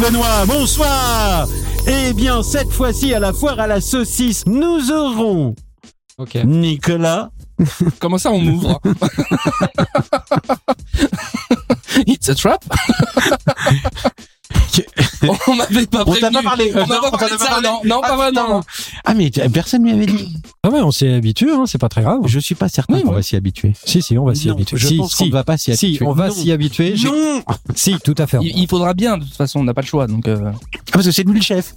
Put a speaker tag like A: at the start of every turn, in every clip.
A: Benoît, bonsoir Eh bien, cette fois-ci, à la foire à la saucisse, nous aurons
B: Ok.
A: Nicolas.
B: Comment ça, on m'ouvre It's a trap On m'avait pas
A: On
B: prévenu.
A: t'a pas parlé.
B: On
A: Non,
B: m'a
A: on
B: pas
A: t'en
B: parlé
A: a
B: de
A: pas
B: ça,
A: parlé.
B: non. Non, Oh, pas
A: putain.
B: vraiment.
A: Ah, mais t- personne ne m'y avait dit.
C: Ah ouais, on s'est habitué, hein, c'est pas très grave.
A: Je suis pas certain
B: Oui,
A: qu'on
B: oui.
A: va s'y habituer.
C: Si, si, on va s'y
A: Non,
C: habituer.
A: Je
C: si,
A: pense qu'on
C: si,
A: ne va pas s'y
C: si,
A: habituer.
C: on va
A: Non.
C: s'y habituer. j'ai-
A: Non Ah,
C: Si, tout à fait.
B: Il, il faudra bien, de toute façon, on n'a pas le choix. Donc, euh.
A: Parce que c'est lui le chef.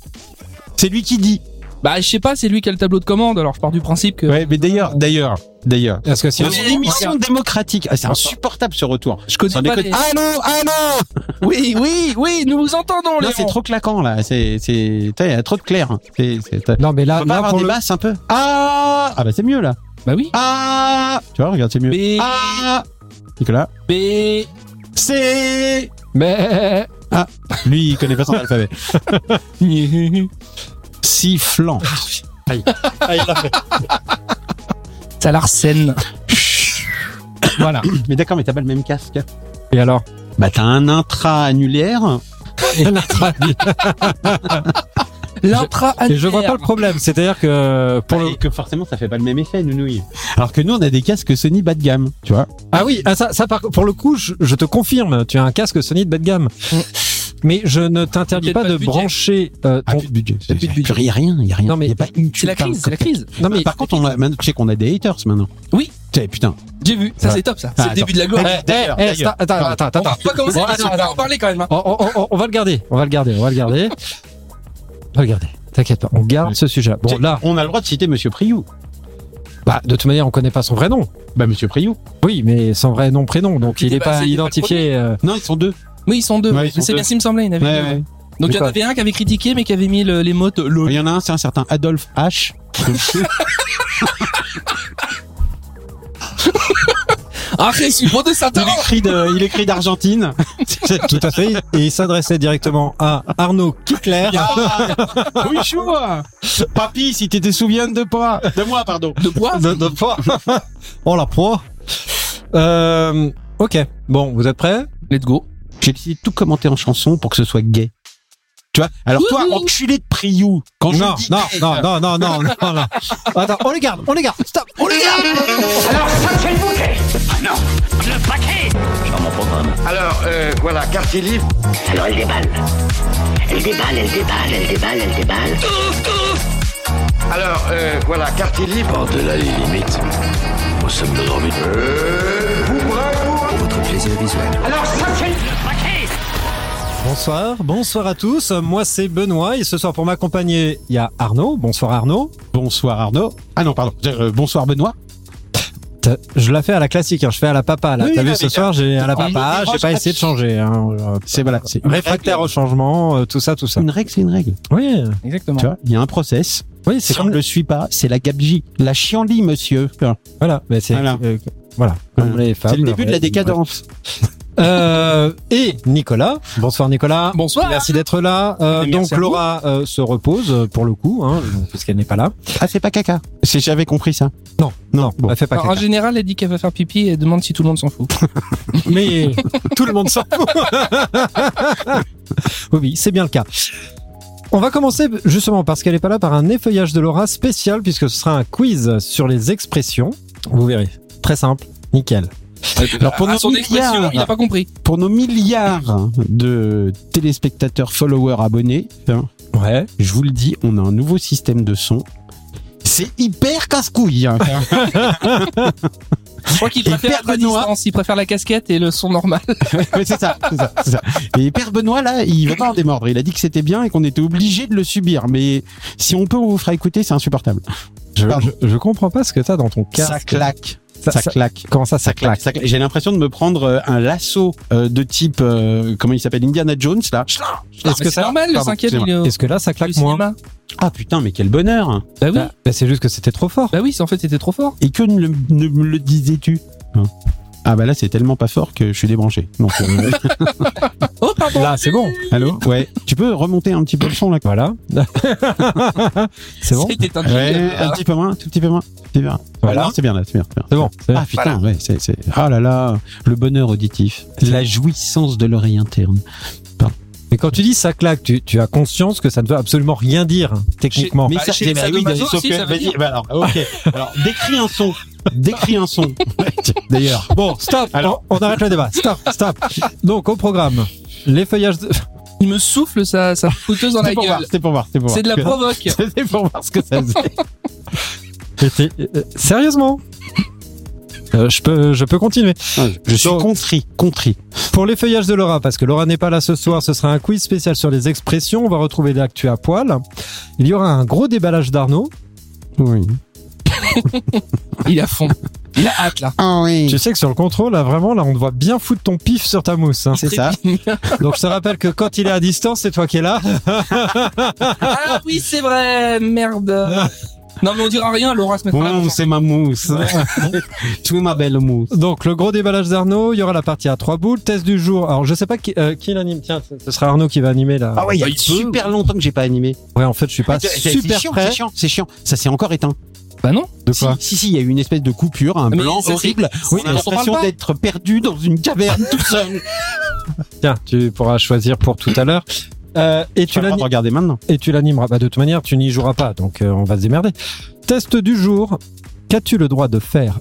A: C'est lui qui dit.
B: Bah, je sais pas, c'est lui qui a le tableau de commande, alors je pars du principe que.
A: Ouais, mais d'ailleurs, d'ailleurs, d'ailleurs.
C: Parce que si
A: Dans une émission démocratique. Ah, c'est insupportable ce retour.
B: Je connais
A: Sans
B: pas
A: déconner. Ah,
B: les-
A: Allô, allô
B: Oui, oui, oui, nous vous entendons,
A: Non,
B: Léon.
A: c'est trop claquant là. C'est, c'est, putain, il y a trop de clair. C'est, c'est, t'as-
C: Non, mais
A: On
C: là,
A: peut pas
C: là
A: avoir
C: pour
A: des
C: le...
A: basses un peu. Ah, ah bah c'est mieux là.
B: Bah oui.
A: Ah, tu vois, regarde, c'est mieux.
B: B,
A: Ah, Nicolas.
B: B,
A: C'est.
C: Mais
A: Lui, il connaît pas son alphabet. Sifflant.
C: Ah,
B: ça l'arsène.
C: voilà.
A: Mais d'accord, mais t'as pas le même casque.
C: Et alors
A: Bah t'as un intra-annulaire.
B: L'intra
C: Et je vois pas le problème. C'est-à-dire que pour
A: Bah,
C: le
A: et que forcément, ça fait pas le même effet, nounouille. Alors que nous, on a des casques Sony bas de gamme, tu vois.
C: ah oui, ah, ça, ça par- pour le coup, je, je te confirme, tu as un casque Sony de bas de gamme.
A: Mm.
C: Mais je ne t'interdis
B: Peut-être
C: pas,
B: pas
C: de
B: de budget.
C: brancher. euh, ton-
A: de budget.
C: plus de budget.
A: Plus rien, rien, y a rien.
C: Non, mais-
A: Y a pas une-
B: C'est la crise, c'est la crise.
C: Non mais
A: Par contre, on a, maintenant, tu sais qu'on a des haters maintenant.
B: Oui.
A: T'es- Putain.
B: J'ai vu, ça
A: Ah.
B: c'est top ça. C'est
A: Ah,
B: le début de la gloire.
C: Eh,
A: D'ailleurs,
C: eh,
A: d'ailleurs.
C: attends, attends, attends,
B: On va
C: attends.
B: pas commencer
C: Bon,
B: à
C: attends,
B: on va en parler quand même. hein.
C: On, on- on- on va le garder, on va le garder, on va le garder. On va le garder. T'inquiète pas, on garde ce sujet. Bon
A: T'sais,
C: là,
A: On a le droit de citer Monsieur Priou.
C: bah, de toute manière, on connaît pas son vrai nom.
A: Bah, Monsieur Priou.
C: Oui, mais sans vrai nom prénom, donc
B: Il
C: il
B: est
C: est
B: pas-
C: pas
B: il est pas
C: identifié. euh,
A: Non, ils sont deux.
B: Oui, ils sont deux.
A: Ouais, ils sont
B: c'est
A: deux.
B: bien ce qui me semblait. Il y en avait
A: Ouais,
B: deux.
A: ouais.
B: Donc
C: Mais
B: il y en
C: quoi
B: avait un qui avait critiqué mais qui avait mis le- les mots de
A: Il
B: lol.
A: y en a un, c'est un certain Adolphe H.
B: Ah, Jésus, bon de Satan
A: Il écrit de- il écrit d'Argentine.
C: Tout à fait. Et il s'adressait directement à Arnaud Kickler.
A: Ah, oui, chouard. Papy, si tu te souviens de moi. De moi, pardon.
B: De bois
C: De- de poids. oh la proie. Euh, ok. Bon, vous êtes prêts
B: Let's go.
A: J'ai décidé de tout commenter en chanson pour que ce soit gay. Tu vois Alors toi,
B: Wouhou.
A: enculé de Priou, quand
C: non,
A: je dis
C: non, non, non, non, non, non, non. Attends, on les garde, on les garde. Stop. On les garde.
D: Alors ça c'est le bouquet Ah non, le paquet Dans mon programme. Alors, euh, voilà, quartier libre. Alors elle déballe. Elle déballe, elle déballe, elle déballe, elle déballe. Alors, euh, voilà, quartier libre. Par-delà les limites, nous sommes de dormir. Pour votre plaisir visuel. Alors ça c'est le paquet
C: Bonsoir, bonsoir à tous. Moi c'est Benoît et ce soir pour m'accompagner, il y a Arnaud. Bonsoir Arnaud.
A: bonsoir Arnaud. Ah non, pardon. Euh, bonsoir Benoît.
C: T'as- Je la fais à la classique, hein, je fais à la papa là.
A: Oui,
C: T'as
A: non,
C: vu
A: mais
C: ce soir, j'ai à la
A: on
C: papa,
A: déroge
C: j'ai pas essayé de changer. hein. Euh,
A: C'est voilà, c'est une
C: Réfractaire au changement, euh, tout ça, tout ça.
A: une règle, c'est une règle.
C: Oui,
B: Exactement.
A: Tu vois, il y a un process.
C: oui,
A: Si
C: c'est
A: on ne
C: comme
A: le suit pas, c'est la gabegie, la chienlit, monsieur.
C: Voilà, mais c'est
A: Voilà.
C: euh, voilà, comme les femmes. euh,
A: C'est le début de la
C: ouais,
A: décadence.
C: ouais. Euh, et Nicolas, bonsoir Nicolas.
B: Bonsoir.
C: Merci d'être là. Euh,
B: Mais
C: donc
B: merci à
C: Laura euh, se repose euh, pour le coup, hein, puisqu'elle n'est pas là.
A: Ah, c'est pas caca. C'est- J'avais compris ça.
C: Non,
A: non. Bon.
C: Elle fait pas
B: Alors, en
C: caca.
B: général, elle dit qu'elle va faire pipi et elle demande si tout le monde s'en fout.
C: Mais tout le monde s'en fout. oui, oui, c'est bien le cas. On va commencer justement parce qu'elle n'est pas là par un effeuillage de Laura spécial puisque ce sera un quiz sur les expressions. Vous verrez, très simple, nickel.
A: Alors, pour
B: À
A: nos
B: son expression,
A: milliards-
B: il a pas compris.
A: Pour nos milliards de téléspectateurs, followers, abonnés, hein,
C: Ouais.
A: je vous le dis, on a un nouveau système de son. C'est hyper casse-couille. hein.
B: Je crois qu'il
A: Et
B: préfère
A: Père
B: être à
A: Benoît.
B: distance, il préfère la casquette et le son normal.
A: Ouais, c'est ça, c'est ça, c'est ça. Et Père Benoît, là, il veut pas en démordre. Il a dit que c'était bien et qu'on était obligé de le subir. Mais si on peut, on vous fera écouter, c'est insupportable.
C: Je,
A: Pardon.
C: je, je comprends pas ce que t'as dans ton casque.
A: Ça claque.
C: Ça-
A: ça
C: ça-
A: claque.
C: Comment ça, ça claque
A: Ça claque. J'ai l'impression de me prendre euh, un lasso euh, de type, euh, comment il s'appelle, Indiana Jones, là.
B: Ah, Mais
C: Est-ce que
B: C'est
C: ça
B: normal, le
A: Pardon,
B: cinquième, il
A: excusez-moi.
B: est au
C: Est-ce que là, ça claque
B: au
C: moins
B: cinéma.
A: Ah putain, mais quel bonheur hein.
B: Bah oui,
C: Bah, bah, c'est juste que c'était trop fort.
B: bah oui, c'est- en fait, c'était trop fort.
A: Et que ne, ne me le disais-tu Hein Ah bah là, c'est tellement pas fort que je suis débranché. Donc, euh,
B: Oh, pardon.
C: Là, c'est bon.
A: Allô Ouais. Tu peux remonter un petit peu le son, là
C: Voilà. c'est bon.
B: C'était un
A: Ouais,
B: jingle.
A: un petit peu moins, tout petit peu moins. tout petit peu moins.
C: Voilà.
A: Non, c'est bien là, c'est bien. c'est bien.
C: C'est bon. c'est-
A: Ah putain, ouais, c'est, c'est... Ah là là, le bonheur auditif, la jouissance de l'oreille interne. Pardon.
C: Mais quand tu dis ça claque, tu, tu as conscience que ça ne veut absolument rien dire, hein, techniquement.
A: Mais
B: Bah,
A: ça,
B: chez
A: mais
B: Sadomaso
A: oui, d'ailleurs,
B: aussi,
A: sauf que-
B: ça veut
A: vas-y,
B: dire.
A: bah alors, ok. Alors, décris un son. Décris un son.
C: D'ailleurs. Bon, stop.
A: Alors-
C: on, on arrête le débat. Stop, stop. Donc, au programme, les feuillages de...
B: Il me souffle sa, sa fouteuse dans la
A: C'était pour voir,
B: gueule.
A: c'était pour voir, c'était pour voir.
B: C'est de la
A: Que-
B: provoque.
A: C'était pour voir ce que ça faisait.
C: J'étais- euh, sérieusement Euh, je, peux, je peux continuer.
A: Ah, Je suis
C: Donc-
A: contrit, contrit.
C: Pour les feuillages de Laura, parce que Laura n'est pas là ce soir, ce sera un quiz spécial sur les expressions. On va retrouver l'actu à poil. Il y aura un gros déballage d'Arnaud.
A: Oui.
B: Il a fond. Il a hâte là.
A: Ah oui.
C: Tu sais que sur le contrôle, là, vraiment, là, on te voit bien foutre ton pif sur ta mousse. hein.
A: C'est ça.
C: Donc, je te rappelle que quand il est à distance, c'est toi qui es là.
B: Ah oui, c'est vrai. Merde. Non, mais on dira rien. Laura se mettra là.
A: Bon, c'est ma mousse. Tu es ma belle mousse.
C: Donc, le gros déballage d'Arnaud, il y aura la partie à trois boules, test du jour. Alors, je sais pas qui, euh, qui l'anime. Tiens, ce sera Arnaud qui va animer là.
A: Ah ouais, Bah, il y a
B: il peut.
A: super longtemps que j'ai pas animé. Ah,
C: Ouais, en fait, je suis pas
A: C'est- c'est- c'est
C: super
A: chiant,
C: prêt.
A: C'est chiant, c'est chiant. Ça s'est encore éteint.
B: Bah non.
C: De
A: Si,
C: quoi
A: si, si, il y a eu une espèce de coupure, un
B: Mais
A: blanc
B: ça, c'est-
A: horrible.
B: Oui,
A: on a
B: on s'en parle
A: l'impression
B: pas.
A: d'être perdu dans une caverne tout seul.
C: Tiens, tu pourras choisir pour tout à l'heure. Euh, et tu
A: Tu l'as
C: l'animes.
A: regardé maintenant.
C: et tu l'animeras. Bah, de toute manière, tu n'y joueras pas, donc euh, on va se démerder. Test du jour. Qu'as-tu le droit de faire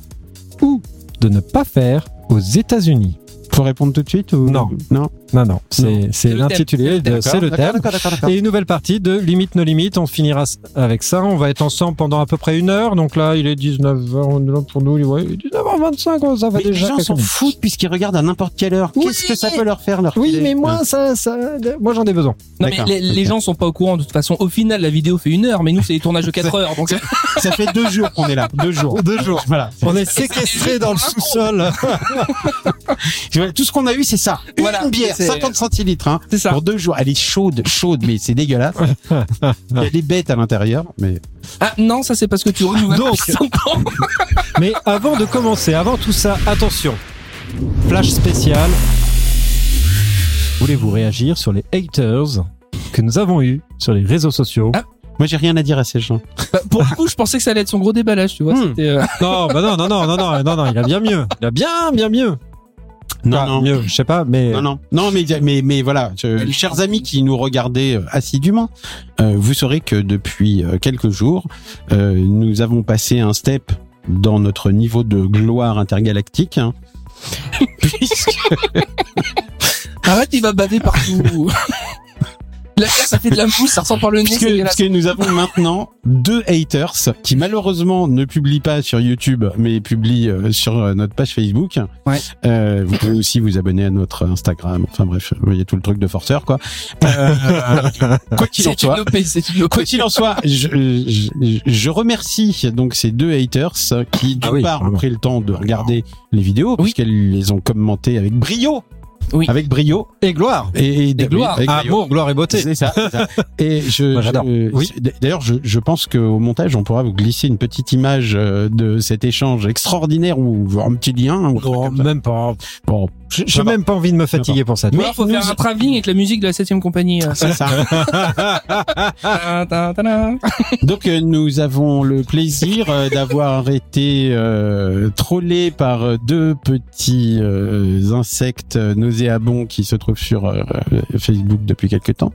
C: ou de ne pas faire aux États-Unis
A: Faut répondre tout de suite ou
C: Non.
A: Non. Ah,
C: Non, non, c'est c'est
B: le
C: l'intitulé, de- c'est le
A: D'accord,
C: thème.
A: d'accord, d'accord, d'accord.
C: Et une nouvelle partie de Limite nos limites. On finira s- avec ça. On va être ensemble pendant à peu près une heure. Donc là, il est 19h pour nous. Ouais, 19h25, Oh, ça va
A: Mais les
C: déjà.
A: gens s'en
C: quelques-
A: foutent puisqu'ils regardent à n'importe quelle heure.
C: Oui,
A: Qu'est-ce que ça
C: mais-
A: peut leur faire leur
C: Oui,
A: filer
C: mais moi, ça, ça, moi, j'en ai besoin.
B: Non, mais
A: D'accord.
B: les, les
A: Ok.
B: gens sont pas au courant. De toute façon, au final, la vidéo fait une heure, mais nous, c'est des tournages de 4 heures. Donc, euh,
A: Ça fait deux jours qu'on est là. Deux jours. Deux jours. Voilà.
C: On est séquestrés dans le sous-sol.
A: Tu vois, Tout ce qu'on a eu, c'est ça. Une
B: Voilà,
A: bière,
B: c'est-
A: 50 centilitres, hein,
B: c'est ça.
A: pour deux jours. Elle est chaude, chaude, mais c'est dégueulasse. Il y a des bêtes à l'intérieur, mais
B: Ah non, ça c'est parce que tu renouvelles.
C: Donc-
B: depuis 5 ans.
C: Mais avant de commencer, avant tout ça, attention. Flash spécial. Voulez-vous réagir sur les haters que nous avons eus sur les réseaux sociaux
B: Ah.
A: moi, j'ai rien à dire à ces gens.
B: Bah, pour le coup, je pensais que ça allait être son gros déballage, tu vois.
A: Hmm.
B: C'était, euh,
C: Non, bah non, non, non, non, non, non, non, il a bien mieux. Il a bien, bien mieux.
A: Non,
C: Enfin,
A: non.
C: mieux, je sais pas, mais
A: Non, non, non, mais mais mais voilà, je- chers amis qui nous regardez euh, assidûment, euh, vous saurez que depuis euh, quelques jours, euh, nous avons passé un step dans notre niveau de gloire intergalactique. hein. Puisque-
B: Arrête, il va baver partout. la terre, ça fait de la mousse, ça ressort par le nez.
A: puisque,
B: c'est dégueulasse.
A: puisque nous avons maintenant deux haters qui malheureusement ne publient pas sur YouTube mais publient euh, sur euh, notre page Facebook.
B: Ouais.
A: Euh, vous pouvez aussi vous abonner à notre Instagram. Enfin bref, vous voyez tout le truc de forceur quoi. Euh, quoi qu'il en
B: C'est
A: soit.
B: une OP, c'est une OP.
A: Quoi qu'il en soit, je, je- je remercie donc ces deux haters qui d'une
C: Ah oui,
A: part ont
C: vraiment.
A: pris le temps de regarder les vidéos
B: Oui.
A: puisqu'elles les ont commentées avec brio,
B: Oui.
A: avec brio
C: et gloire,
A: et,
B: Et gloire.
A: avec brio.
C: amour, gloire et beauté.
A: C'est ça, c'est ça. Et je,
C: Moi, j'adore.
A: je-
C: Oui.
A: d'ailleurs, je, je pense qu'au montage, on pourra vous glisser une petite image euh, de cet échange extraordinaire ou un petit lien. ou un truc
C: Non,
A: comme ça.
C: même pas.
A: Bon,
C: J'ai
A: Vraiment.
C: même pas envie de me fatiguer pour ça.
B: Ou alors, faut
A: nous-
B: faire un travelling avec la musique de la 7ème compagnie. euh.
A: c'est ça.
B: Tin, tin, tin, tin.
A: Donc euh, nous avons le plaisir euh, d'avoir été euh, trollés par euh, deux petits euh, insectes nauséabonds qui se trouvent sur euh, Facebook depuis quelque temps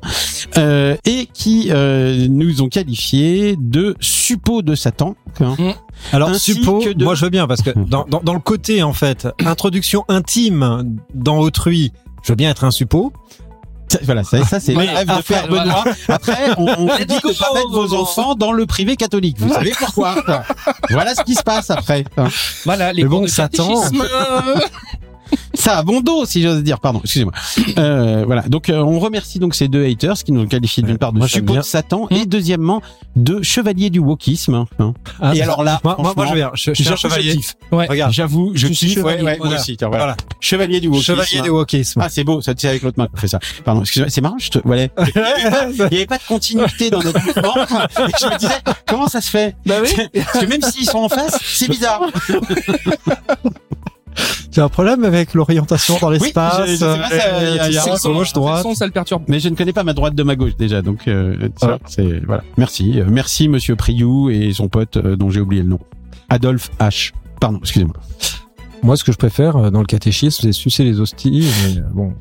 A: euh, et qui euh, nous ont qualifiés de suppôts de Satan. hein.
C: Alors,
A: Ainsi
C: suppo,
A: que de-
C: moi je veux bien, parce que dans, dans, dans le côté, en fait, introduction intime dans autrui, je veux bien être un suppo.
A: Ça, Voilà, ça, ça, c'est
B: Oui,
A: la rêve de
B: après,
A: Père Benoît. Après, on, on vous dit de
B: Let's
A: pas
B: go.
A: mettre vos enfants dans le privé catholique. Vous savez pourquoi Voilà ce qui se passe après. hein.
B: Voilà, les
C: Mais bon,
B: cours de
C: Satan.
B: catéchisme, euh,
A: ça a bon dos, si j'ose dire. Pardon, excusez-moi. Euh, voilà. Donc, euh, on remercie donc ces deux haters qui nous ont qualifiés d'une part de
C: moi, j'aime
A: suppôts de
C: bien.
A: Satan et deuxièmement de chevalier du wokisme. hein.
C: Ah,
A: et alors là,
C: moi, moi, moi,
A: franchement,
C: je veux bien. Je, je suis un chevalier.
B: Ouais.
C: Regarde.
A: j'avoue, je,
B: Je suis
A: kiffe, ouais,
B: chevalier,
A: ouais, moi
C: voilà.
A: aussi. tiens, voilà. Chevalier du wokisme.
C: Chevalier du wokisme.
A: Ah, c'est beau, ça c'est avec l'autre main qu'on fait ça. Pardon, excusez-moi, c'est marrant, je te, voilà. Il y avait pas de continuité dans notre mouvement. Et je me disais, comment ça se fait?
B: Bah oui.
A: Parce que même s'ils sont en face, c'est bizarre.
C: J'ai un problème avec l'orientation dans
A: l'espace, je- je sais pas, ça- euh, il y a- il y a-
B: c'est le son,
C: gauche,
B: c'est le
C: droite.
B: son, ça le perturbe.
A: Mais je ne connais pas ma droite de ma gauche déjà, donc euh, tu
C: Ouais.
A: vois, c'est voilà. Merci, Euh, merci Monsieur Priou et son pote euh, dont j'ai oublié le nom, Adolphe H. Pardon, excusez-moi.
C: Moi, ce que je préfère euh, dans le catéchisme, c'est sucer les hosties. mais, euh, bon,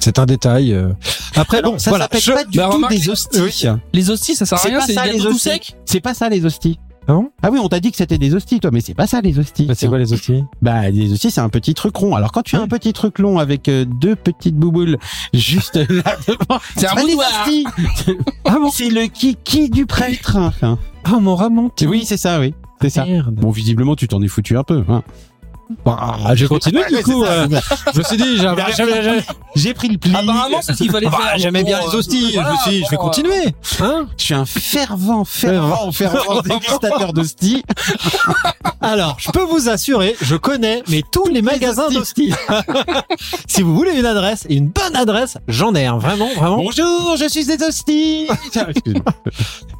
C: c'est un détail. euh. Après,
A: Alors,
C: bon,
A: ça
C: voilà.
A: s'appelle
C: Je-
A: pas du
B: bah,
A: tout
B: remarque-
A: des hosties.
C: Oui.
B: Les hosties, ça sert à
A: C'est
B: rien,
A: pas
B: c'est
A: ça,
B: des
A: les
B: gâteaux tout
A: hosties.
B: secs.
A: C'est pas ça les hosties.
C: Ah bon
A: Ah oui, on t'a dit que c'était des hosties, toi, mais c'est pas ça les hosties.
C: Bah, c'est quoi les hosties
A: Bah, les hosties, c'est un petit truc rond. Alors quand tu as un petit truc long avec euh, deux petites bouboules juste là devant,
B: C'est un
A: pas des
B: boudoir.
A: hosties.
C: Ah bon
A: C'est le kiki du prêtre. Enfin,
C: Ah, mon rat monte.
A: oui, c'est ça, oui, c'est ça.
C: Merde.
A: Bon, visiblement, tu t'en es foutu un peu. Hein.
C: Bah, j'ai continué du coup. euh, je me suis dit, j'avais-
A: Derrière-
C: j'avais- j'avais-
A: J'ai pris le pli.
B: Apparemment, c'est ce qu'il fallait
C: Bah,
B: faire.
C: j'aimais bien les hosties. je me suis dit, je vais continuer. Hein
A: Je suis un fervent, fervent, fervent dégustateur d'hosties.
C: Alors, je peux vous assurer, je connais, mais tous les magasins d'hosties. si vous voulez une adresse, et une bonne adresse, j'en ai un. Vraiment, vraiment.
A: Bonjour, je suis des hosties. Tiens, excuse-moi.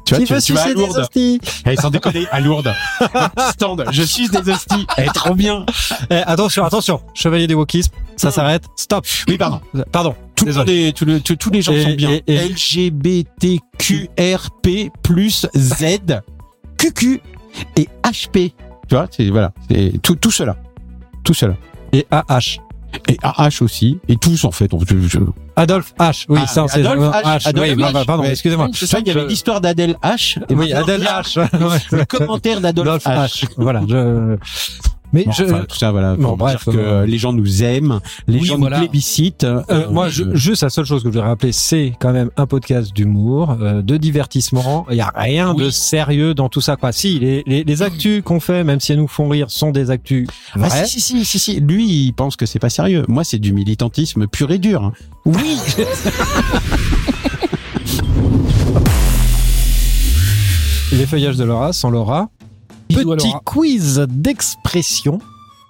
A: Tu vois,
C: Qui
A: tu,
C: veut
A: tu vas à
C: sucer des
A: Lourdes.
C: hosties
A: Eh, sans déconner, à Lourdes. Un petit stand, je suis des hosties. Eh, trop bien.
C: Eh, Attention, attention. Chevalier des wokisme, ça s'arrête. Stop. bah,
A: Oui, pardon.
C: Pardon.
A: Tout le
C: Désolé.
A: monde est- tout le- tout- tous les gens
C: Et-
A: sont bien.
C: et- et-
A: LGBTQRP plus Z, QQ et HP. Tu vois, c'est, voilà. C'est tout, tout cela. Tout cela.
C: Et AH.
A: Et AH aussi. Et tous, en fait. On, je- je-
C: Adolphe H. Oui,
A: Ah,
C: ça, c'est
A: Adolphe
C: euh,
A: H.
C: H. Oui,
A: Adolphe
C: bah, bah,
A: H.
C: pardon,
A: Ouais.
C: excusez-moi.
A: Tu vois, il y avait l'histoire d'Adèle H. et
C: Oui,
A: maintenant,
C: Adèle
A: il y a
C: H. Ouais.
A: Le commentaire d'Adolphe
C: Adolphe
A: H.
C: H. Voilà. je- Mais
A: Bon,
C: je,
A: enfin, tout ça, voilà.
C: Bon,
A: pour
C: bref,
A: dire que
C: euh,
A: les gens nous aiment, les
B: oui,
A: gens
B: voilà.
A: nous plébiscitent.
C: Euh,
A: Euh,
C: moi, je- juste la seule chose que je voudrais rappeler, c'est quand même un podcast d'humour, euh, de divertissement. Il y a rien de sérieux dans tout ça, quoi. Si les, les, les actus qu'on fait, même si elles nous font rire, sont des actus vraies.
A: Ah, si, si, si, si, si. Lui, il pense que c'est pas sérieux. Moi, c'est du militantisme pur et dur.
C: oui. les feuillages de Laura, sans Laura.
B: Bisous à
C: Petit
B: Laura.
C: quiz d'expression.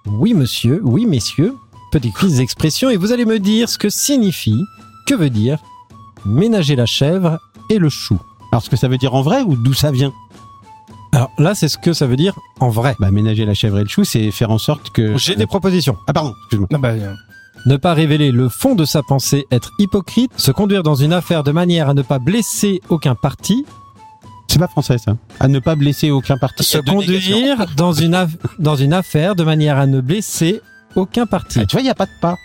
C: Oui, monsieur. Oui, messieurs. Petit quiz d'expression. Et vous allez me dire ce que signifie, que veut dire ménager la chèvre et le chou.
A: Alors, ce que ça veut dire en vrai ou d'où ça vient
C: Alors là, c'est ce que ça veut dire en vrai.
A: Bah, ménager la chèvre et le chou, c'est faire en sorte que.
C: J'ai des propositions.
A: Ah, pardon, excuse-moi.
B: Non, bah, euh,
C: Ne pas révéler le fond de sa pensée, être hypocrite, se conduire dans une affaire de manière à ne pas blesser aucun parti,
A: C'est pas français, ça. À ne pas blesser aucun parti. Il
C: se
A: y a deux négations.
C: conduire dans une, aff- dans une affaire de manière à ne blesser aucun parti.
A: Ah, tu vois, il n'y a pas de pas.
B: moi,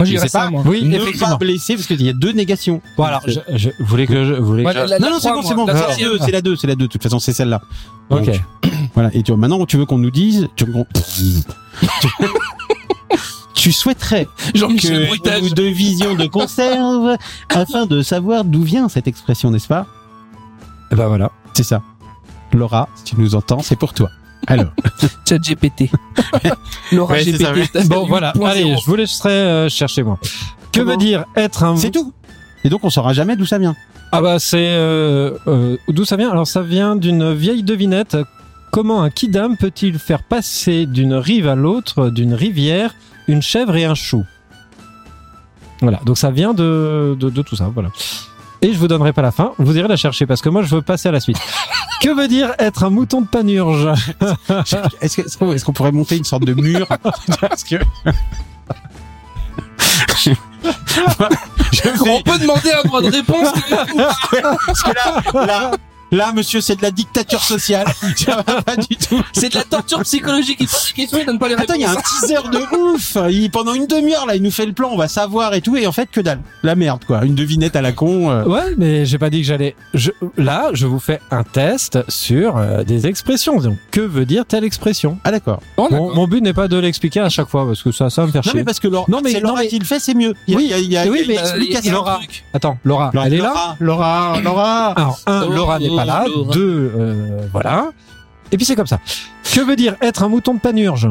A: Je
B: j'irais
A: sais
B: ça,
A: pas.
B: moi.
C: Oui,
A: Ne pas
C: effectivement.
A: blesser, parce qu'il y a deux négations.
C: Bon, alors, je, je- vous voulez que je. vous voulez que
B: Ouais,
C: je-
B: la- la-
A: non,
B: la
A: non, c'est
B: trois,
A: bon,
B: moi.
A: c'est bon. Ah.
B: La
A: C'est Euh, la
B: troisième.
A: deux, c'est la deux, c'est la deux. De toute façon, c'est celle-là.
C: Ok.
A: Donc, Voilà. Et tu vois, maintenant, tu veux qu'on nous dise. Tu, qu'on- tu souhaiterais
B: Jean-Michel
A: que
B: Bruitage.
A: nous devisions de conserve afin de savoir d'où vient cette expression, n'est-ce pas
C: Eh ben voilà.
A: C'est ça. Laura, si tu nous entends, c'est pour toi. Alors,
B: Chat GPT. Laura
A: Ouais, c'est ça,
B: GPT.
C: Bon, voilà.
B: 8.0.
C: Allez, je vous laisserai euh, chercher moi. Que
A: Comment
C: veut dire être un.
A: c'est tout. Et donc, on saura jamais d'où ça vient.
C: Ah bah c'est euh, euh, d'où ça vient Alors ça vient d'une vieille devinette. Comment un kidam peut-il faire passer d'une rive à l'autre, d'une rivière, une chèvre et un chou Voilà. Donc ça vient de, de, de tout ça. Voilà. Et je vous donnerai pas la fin. Vous irez la chercher parce que moi je veux passer à la suite. que veut dire être un mouton de panurge
A: Est-ce que- est-ce qu'on est-ce qu'on pourrait monter une sorte de mur Parce que. Je sais,
B: On peut demander un droit de réponse.
A: parce que là, là, là, monsieur, c'est de la dictature sociale. Ça va pas du tout.
B: C'est de la torture psychologique. Il pose des questions, il donne pas les réponses.
A: Attends, il y a un teaser de ouf. Il- pendant une demi-heure, là, il nous fait le plan, on va savoir et tout. Et en fait, que dalle. La merde, quoi. Une devinette à la con. euh.
C: Ouais, mais j'ai pas dit que j'allais. Je... Là, je vous fais un test sur euh, des expressions. Donc, que veut dire telle expression
A: Ah, d'accord.
B: Bon, d'accord.
C: Mon, mon but n'est pas de l'expliquer à chaque fois parce que ça, ça va me faire
A: Non,
C: chier.
A: mais parce que Laura,
C: Non, mais-
A: c'est
C: non,
A: Laura
C: mais-
A: qui le fait, c'est mieux. Il y a,
C: Oui.
A: il y a- il y a- il
C: oui,
A: y a
C: mais-
A: une
B: Euh, il y a
A: explication.
B: un
C: Laura.
B: truc.
C: Attends, Laura,
A: Laura,
C: elle est là.
A: Laura, Laura, Laura.
C: Alors un,
B: Oh,
C: Laura n'est pas là.
B: Laura.
C: Deux, euh, voilà. Et puis c'est comme ça. Que veut dire être un mouton de panurge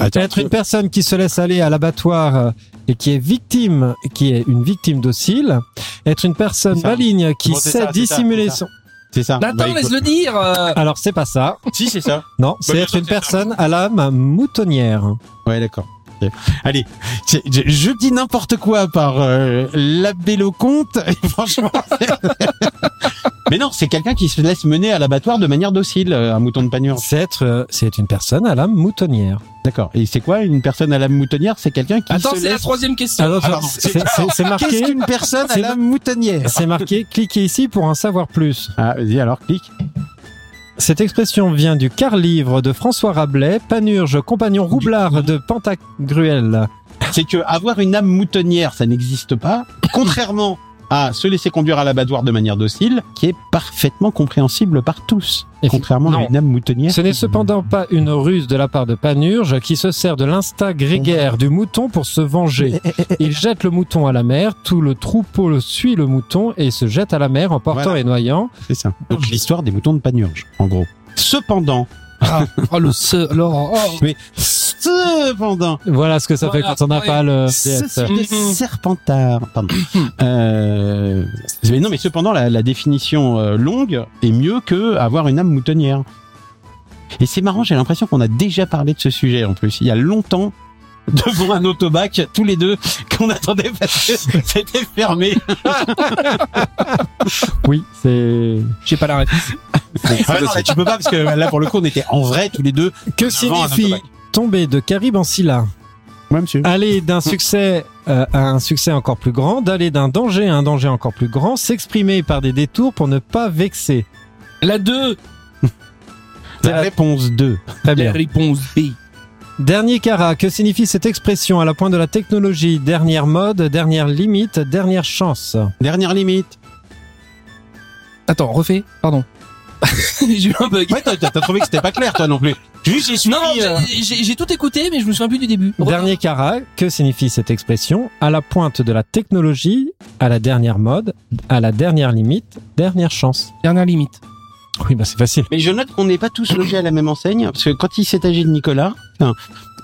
A: Attends,
C: Être une personne qui se laisse aller à l'abattoir euh, et qui est victime, qui est une victime docile. Être une personne
A: C'est ça.
C: maligne qui
A: Bon, c'est
C: sait
A: ça, c'est ça,
C: dissimuler
A: c'est ça.
C: son.
A: C'est ça. Bah,
B: Nathan,
A: écoute.
B: laisse-le dire. euh,
C: Alors c'est pas ça.
A: Si, c'est ça.
C: Non, c'est
A: Bah, bien
C: être
A: sûr,
C: une
A: c'est ça.
C: personne à l'âme moutonnière.
A: Ouais, d'accord. Ok. Allez, je, je- je dis n'importe quoi par euh, l'abbé Lecomte, et franchement. Mais non, c'est quelqu'un qui se laisse mener à l'abattoir de manière docile, euh, un mouton de panurge.
C: C'est être, euh, c'est une personne à l'âme moutonnière.
A: D'accord. Et c'est quoi une personne à la moutonnière C'est quelqu'un qui
B: Attends,
A: se
B: c'est la
A: laisse.
B: troisième question.
C: Alors,
A: Ah, pardon.
C: c'est- c'est c'est
A: Qu'est-ce
C: marqué,
A: qu'une personne à
C: C'est
A: la
C: ma-
A: moutonnière
C: c'est marqué. Cliquez ici pour en savoir plus.
A: Ah, vas-y alors clique.
C: Cette expression vient du quart livre de François Rabelais, Panurge, compagnon roublard de Pantagruel.
A: c'est que avoir une âme moutonnière, ça n'existe pas. Contrairement à se laisser conduire à l'abattoir de manière docile, qui est parfaitement compréhensible par tous.
C: Et
A: Contrairement
C: non.
A: à une âme moutonnière.
C: Ce n'est cependant pas une ruse de la part de Panurge qui se sert de l'instinct grégaire du mouton pour se venger. Il jette le mouton à la mer, tout le troupeau le suit le mouton et se jette à la mer en portant
A: Voilà.
C: et noyant.
A: C'est ça. Donc l'histoire des moutons de Panurge, en gros. Cependant,
B: Ah, oh, le seul. alors, oh.
A: mais cependant,
C: Voilà ce que ça
B: Voilà,
C: fait quand on n'a
B: ouais.
C: pas le
A: ceci
C: DS.
A: des serpentards. Pardon. Euh, mais non, mais cependant, la, la définition euh, longue est mieux que avoir une âme moutonnière. Et c'est marrant, j'ai l'impression qu'on a déjà parlé de ce sujet en plus. Il y a longtemps, devant un autobac, tous les deux, qu'on attendait parce que c'était fermé.
C: Oui, c'est.
B: J'ai pas la réponse.
A: Ouais, non, là, tu peux pas parce que bah, là, pour le coup, on était en vrai tous les deux.
C: Que
A: devant un
C: signifie
A: autobac.
C: tomber de Caribe en Scylla
A: Ouais, monsieur.
C: Aller d'un succès euh, à un succès encore plus grand, d'aller d'un danger à un danger encore plus grand, s'exprimer par des détours pour ne pas vexer.
B: La 2,
A: La réponse 2.
C: Très
B: la
C: bien.
B: réponse B.
C: Dernier cara, que signifie cette expression à la pointe de la technologie Dernière mode, dernière limite, dernière chance.
A: Dernière limite.
B: Attends, refais, pardon. j'ai eu un bug.
A: Ouais, t'as t'as trouvé que c'était pas clair, toi non plus. Juste, j'ai suivi.
B: Non,
A: euh,
B: non, j'ai- j'ai j'ai tout écouté, mais je me souviens plus du début.
C: Dernier cara, que signifie cette expression à la pointe de la technologie, à la dernière mode, à la dernière limite, dernière chance.
B: Dernière limite.
C: Oui, bah c'est facile.
A: Mais je note qu'on n'est pas tous logés à la même enseigne, parce que quand il s'est agi de Nicolas, hein,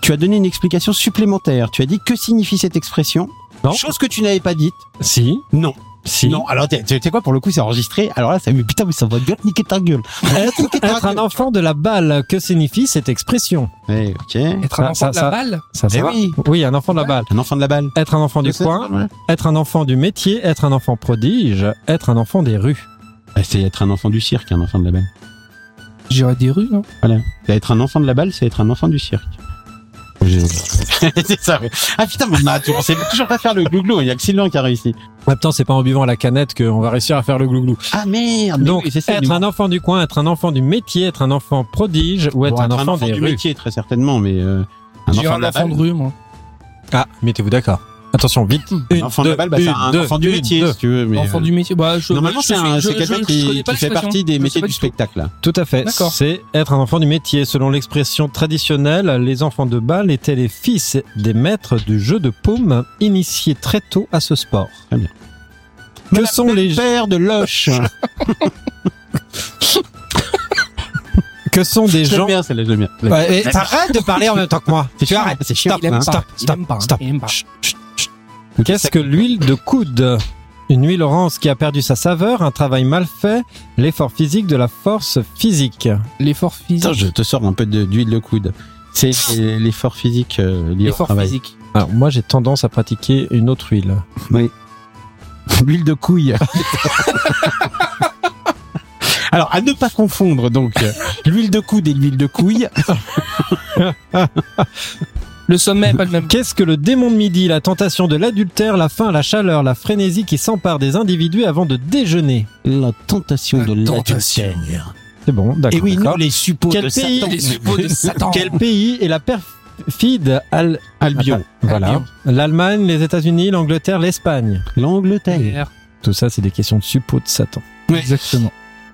A: tu as donné une explication supplémentaire. Tu as dit que signifie cette expression.
C: Non.
A: Chose que tu n'avais pas dite.
C: Si,
A: Non.
C: si.
A: Non. Alors, t'es- tu sais quoi, pour le coup, c'est enregistré. Alors là, ça, mais putain, mais ça va bien te niquer ta gueule. Être,
C: Être un enfant de la balle, que signifie cette expression
A: Ouais, ok. Eh
B: Être un
C: Ça-
B: enfant
C: ça-
B: de la
C: ça-
B: balle.
C: Ça, ça va.
A: oui.
C: Oui, un enfant de la balle.
A: Un enfant de la balle.
C: Être un enfant du
A: C'est ça,
C: coin,
A: ouais.
C: être un enfant du métier, être un enfant prodige, être un enfant des rues.
A: Bah, C'est être un enfant du cirque, un enfant de la balle.
B: J'irais des rues, non
A: Être un enfant de la balle, c'est être un enfant du cirque. c'est ça, oui. Ah putain, mais on a- on sait toujours pas faire le glouglou, il y a que Sylvain qui a réussi.
C: En même temps, c'est pas en buvant la canette qu'on va réussir à faire le glouglou.
A: Ah merde, mais
C: Donc,
A: oui, c'est ça,
C: être un enfant du coin, être un enfant du métier, être un enfant prodige ou être
A: Bon,
C: un enfant, des
A: du
C: rues.
A: métier, très certainement, mais euh, un
B: J'irais
A: enfant de
B: un
A: la
B: enfant
A: balle.
B: de rue, moi. Euh,
C: Ah, mettez-vous d'accord. Attention, vite.
A: Un enfant de la balle, bah, c'est un enfant du métier, si tu veux. Mais,
B: Enfant
A: euh,
B: du métier. Bah, je,
A: Normalement,
B: je
A: c'est
B: suis-
A: un-
B: je-
A: c'est
B: je-
A: quelqu'un
B: je connais
A: qui,
B: pas
A: qui fait
B: l'expression.
A: partie des
B: Je sais
A: métiers
B: pas
A: du
B: du tout.
A: spectacle. là.
C: Tout à fait.
B: D'accord.
C: C'est être un enfant du métier. Selon l'expression traditionnelle, les enfants de balle étaient les fils des maîtres du jeu de paume, initiés très tôt à ce sport.
A: Très bien.
C: Que sont les
A: Père de Loche.
C: que sont des
A: J'aime
C: gens
A: bien, celle-là, j'aime bien.
C: Ouais, Bah, et T'arrêtes de parler en même temps que moi.
A: C'est
C: Tu
A: chiant,
C: arrêtes.
A: c'est chiant.
B: Il aime
A: hein.
B: pas. Il
C: stop,
B: aime pas.
C: stop.
B: Il aime pas.
C: Qu'est-ce que l'huile de coude Une huile orange qui a perdu sa saveur, un travail mal fait, l'effort physique de la force physique.
B: L'effort
A: Putain,
B: physique.
A: je te sors un peu de- d'huile de coude. C'est c'est l'effort physique euh, lié au
B: L'effort
A: travail.
B: physique.
C: Alors moi j'ai tendance à pratiquer une autre huile.
A: L'huile de couille. Alors, à ne pas confondre, donc, euh, l'huile de coude et l'huile de couille.
B: Le sommet, est pas le même.
C: Qu'est-ce que le démon de midi La tentation de l'adultère, la faim, la chaleur, la frénésie qui s'empare des individus avant de déjeuner.
A: La tentation
B: La
A: de
B: tentation.
A: l'adultère.
C: C'est bon, d'accord.
A: Et oui, nous,
C: d'accord.
A: les suppôts
C: Quel
A: de
C: pays
A: Satan.
B: Les suppôts de Satan.
C: Quel pays est la perfide Al-
A: Albion.
C: Voilà. L'Allemagne, les États-Unis, l'Angleterre, l'Espagne.
A: L'Angleterre.
C: Tout ça, c'est des questions de suppôts de Satan.
B: Exactement.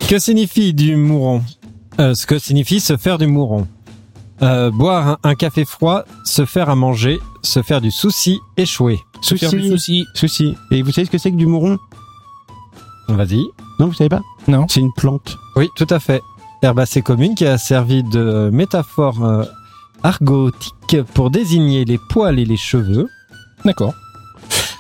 C: Que signifie du mouron Euh, Ce que signifie se faire du mouron. Euh, boire un, un café froid, se faire à manger, se faire du souci, échouer.
B: Faire du
A: Souci.
B: souci.
A: Souci.
B: euh,
A: Et vous savez ce que c'est que du mouron
C: Vas-y.
A: Non, vous savez pas
B: Non.
A: C'est une plante.
C: Oui, tout à fait. Herbacée commune qui a servi de métaphore euh, argotique pour désigner les poils et les cheveux.
B: D'accord.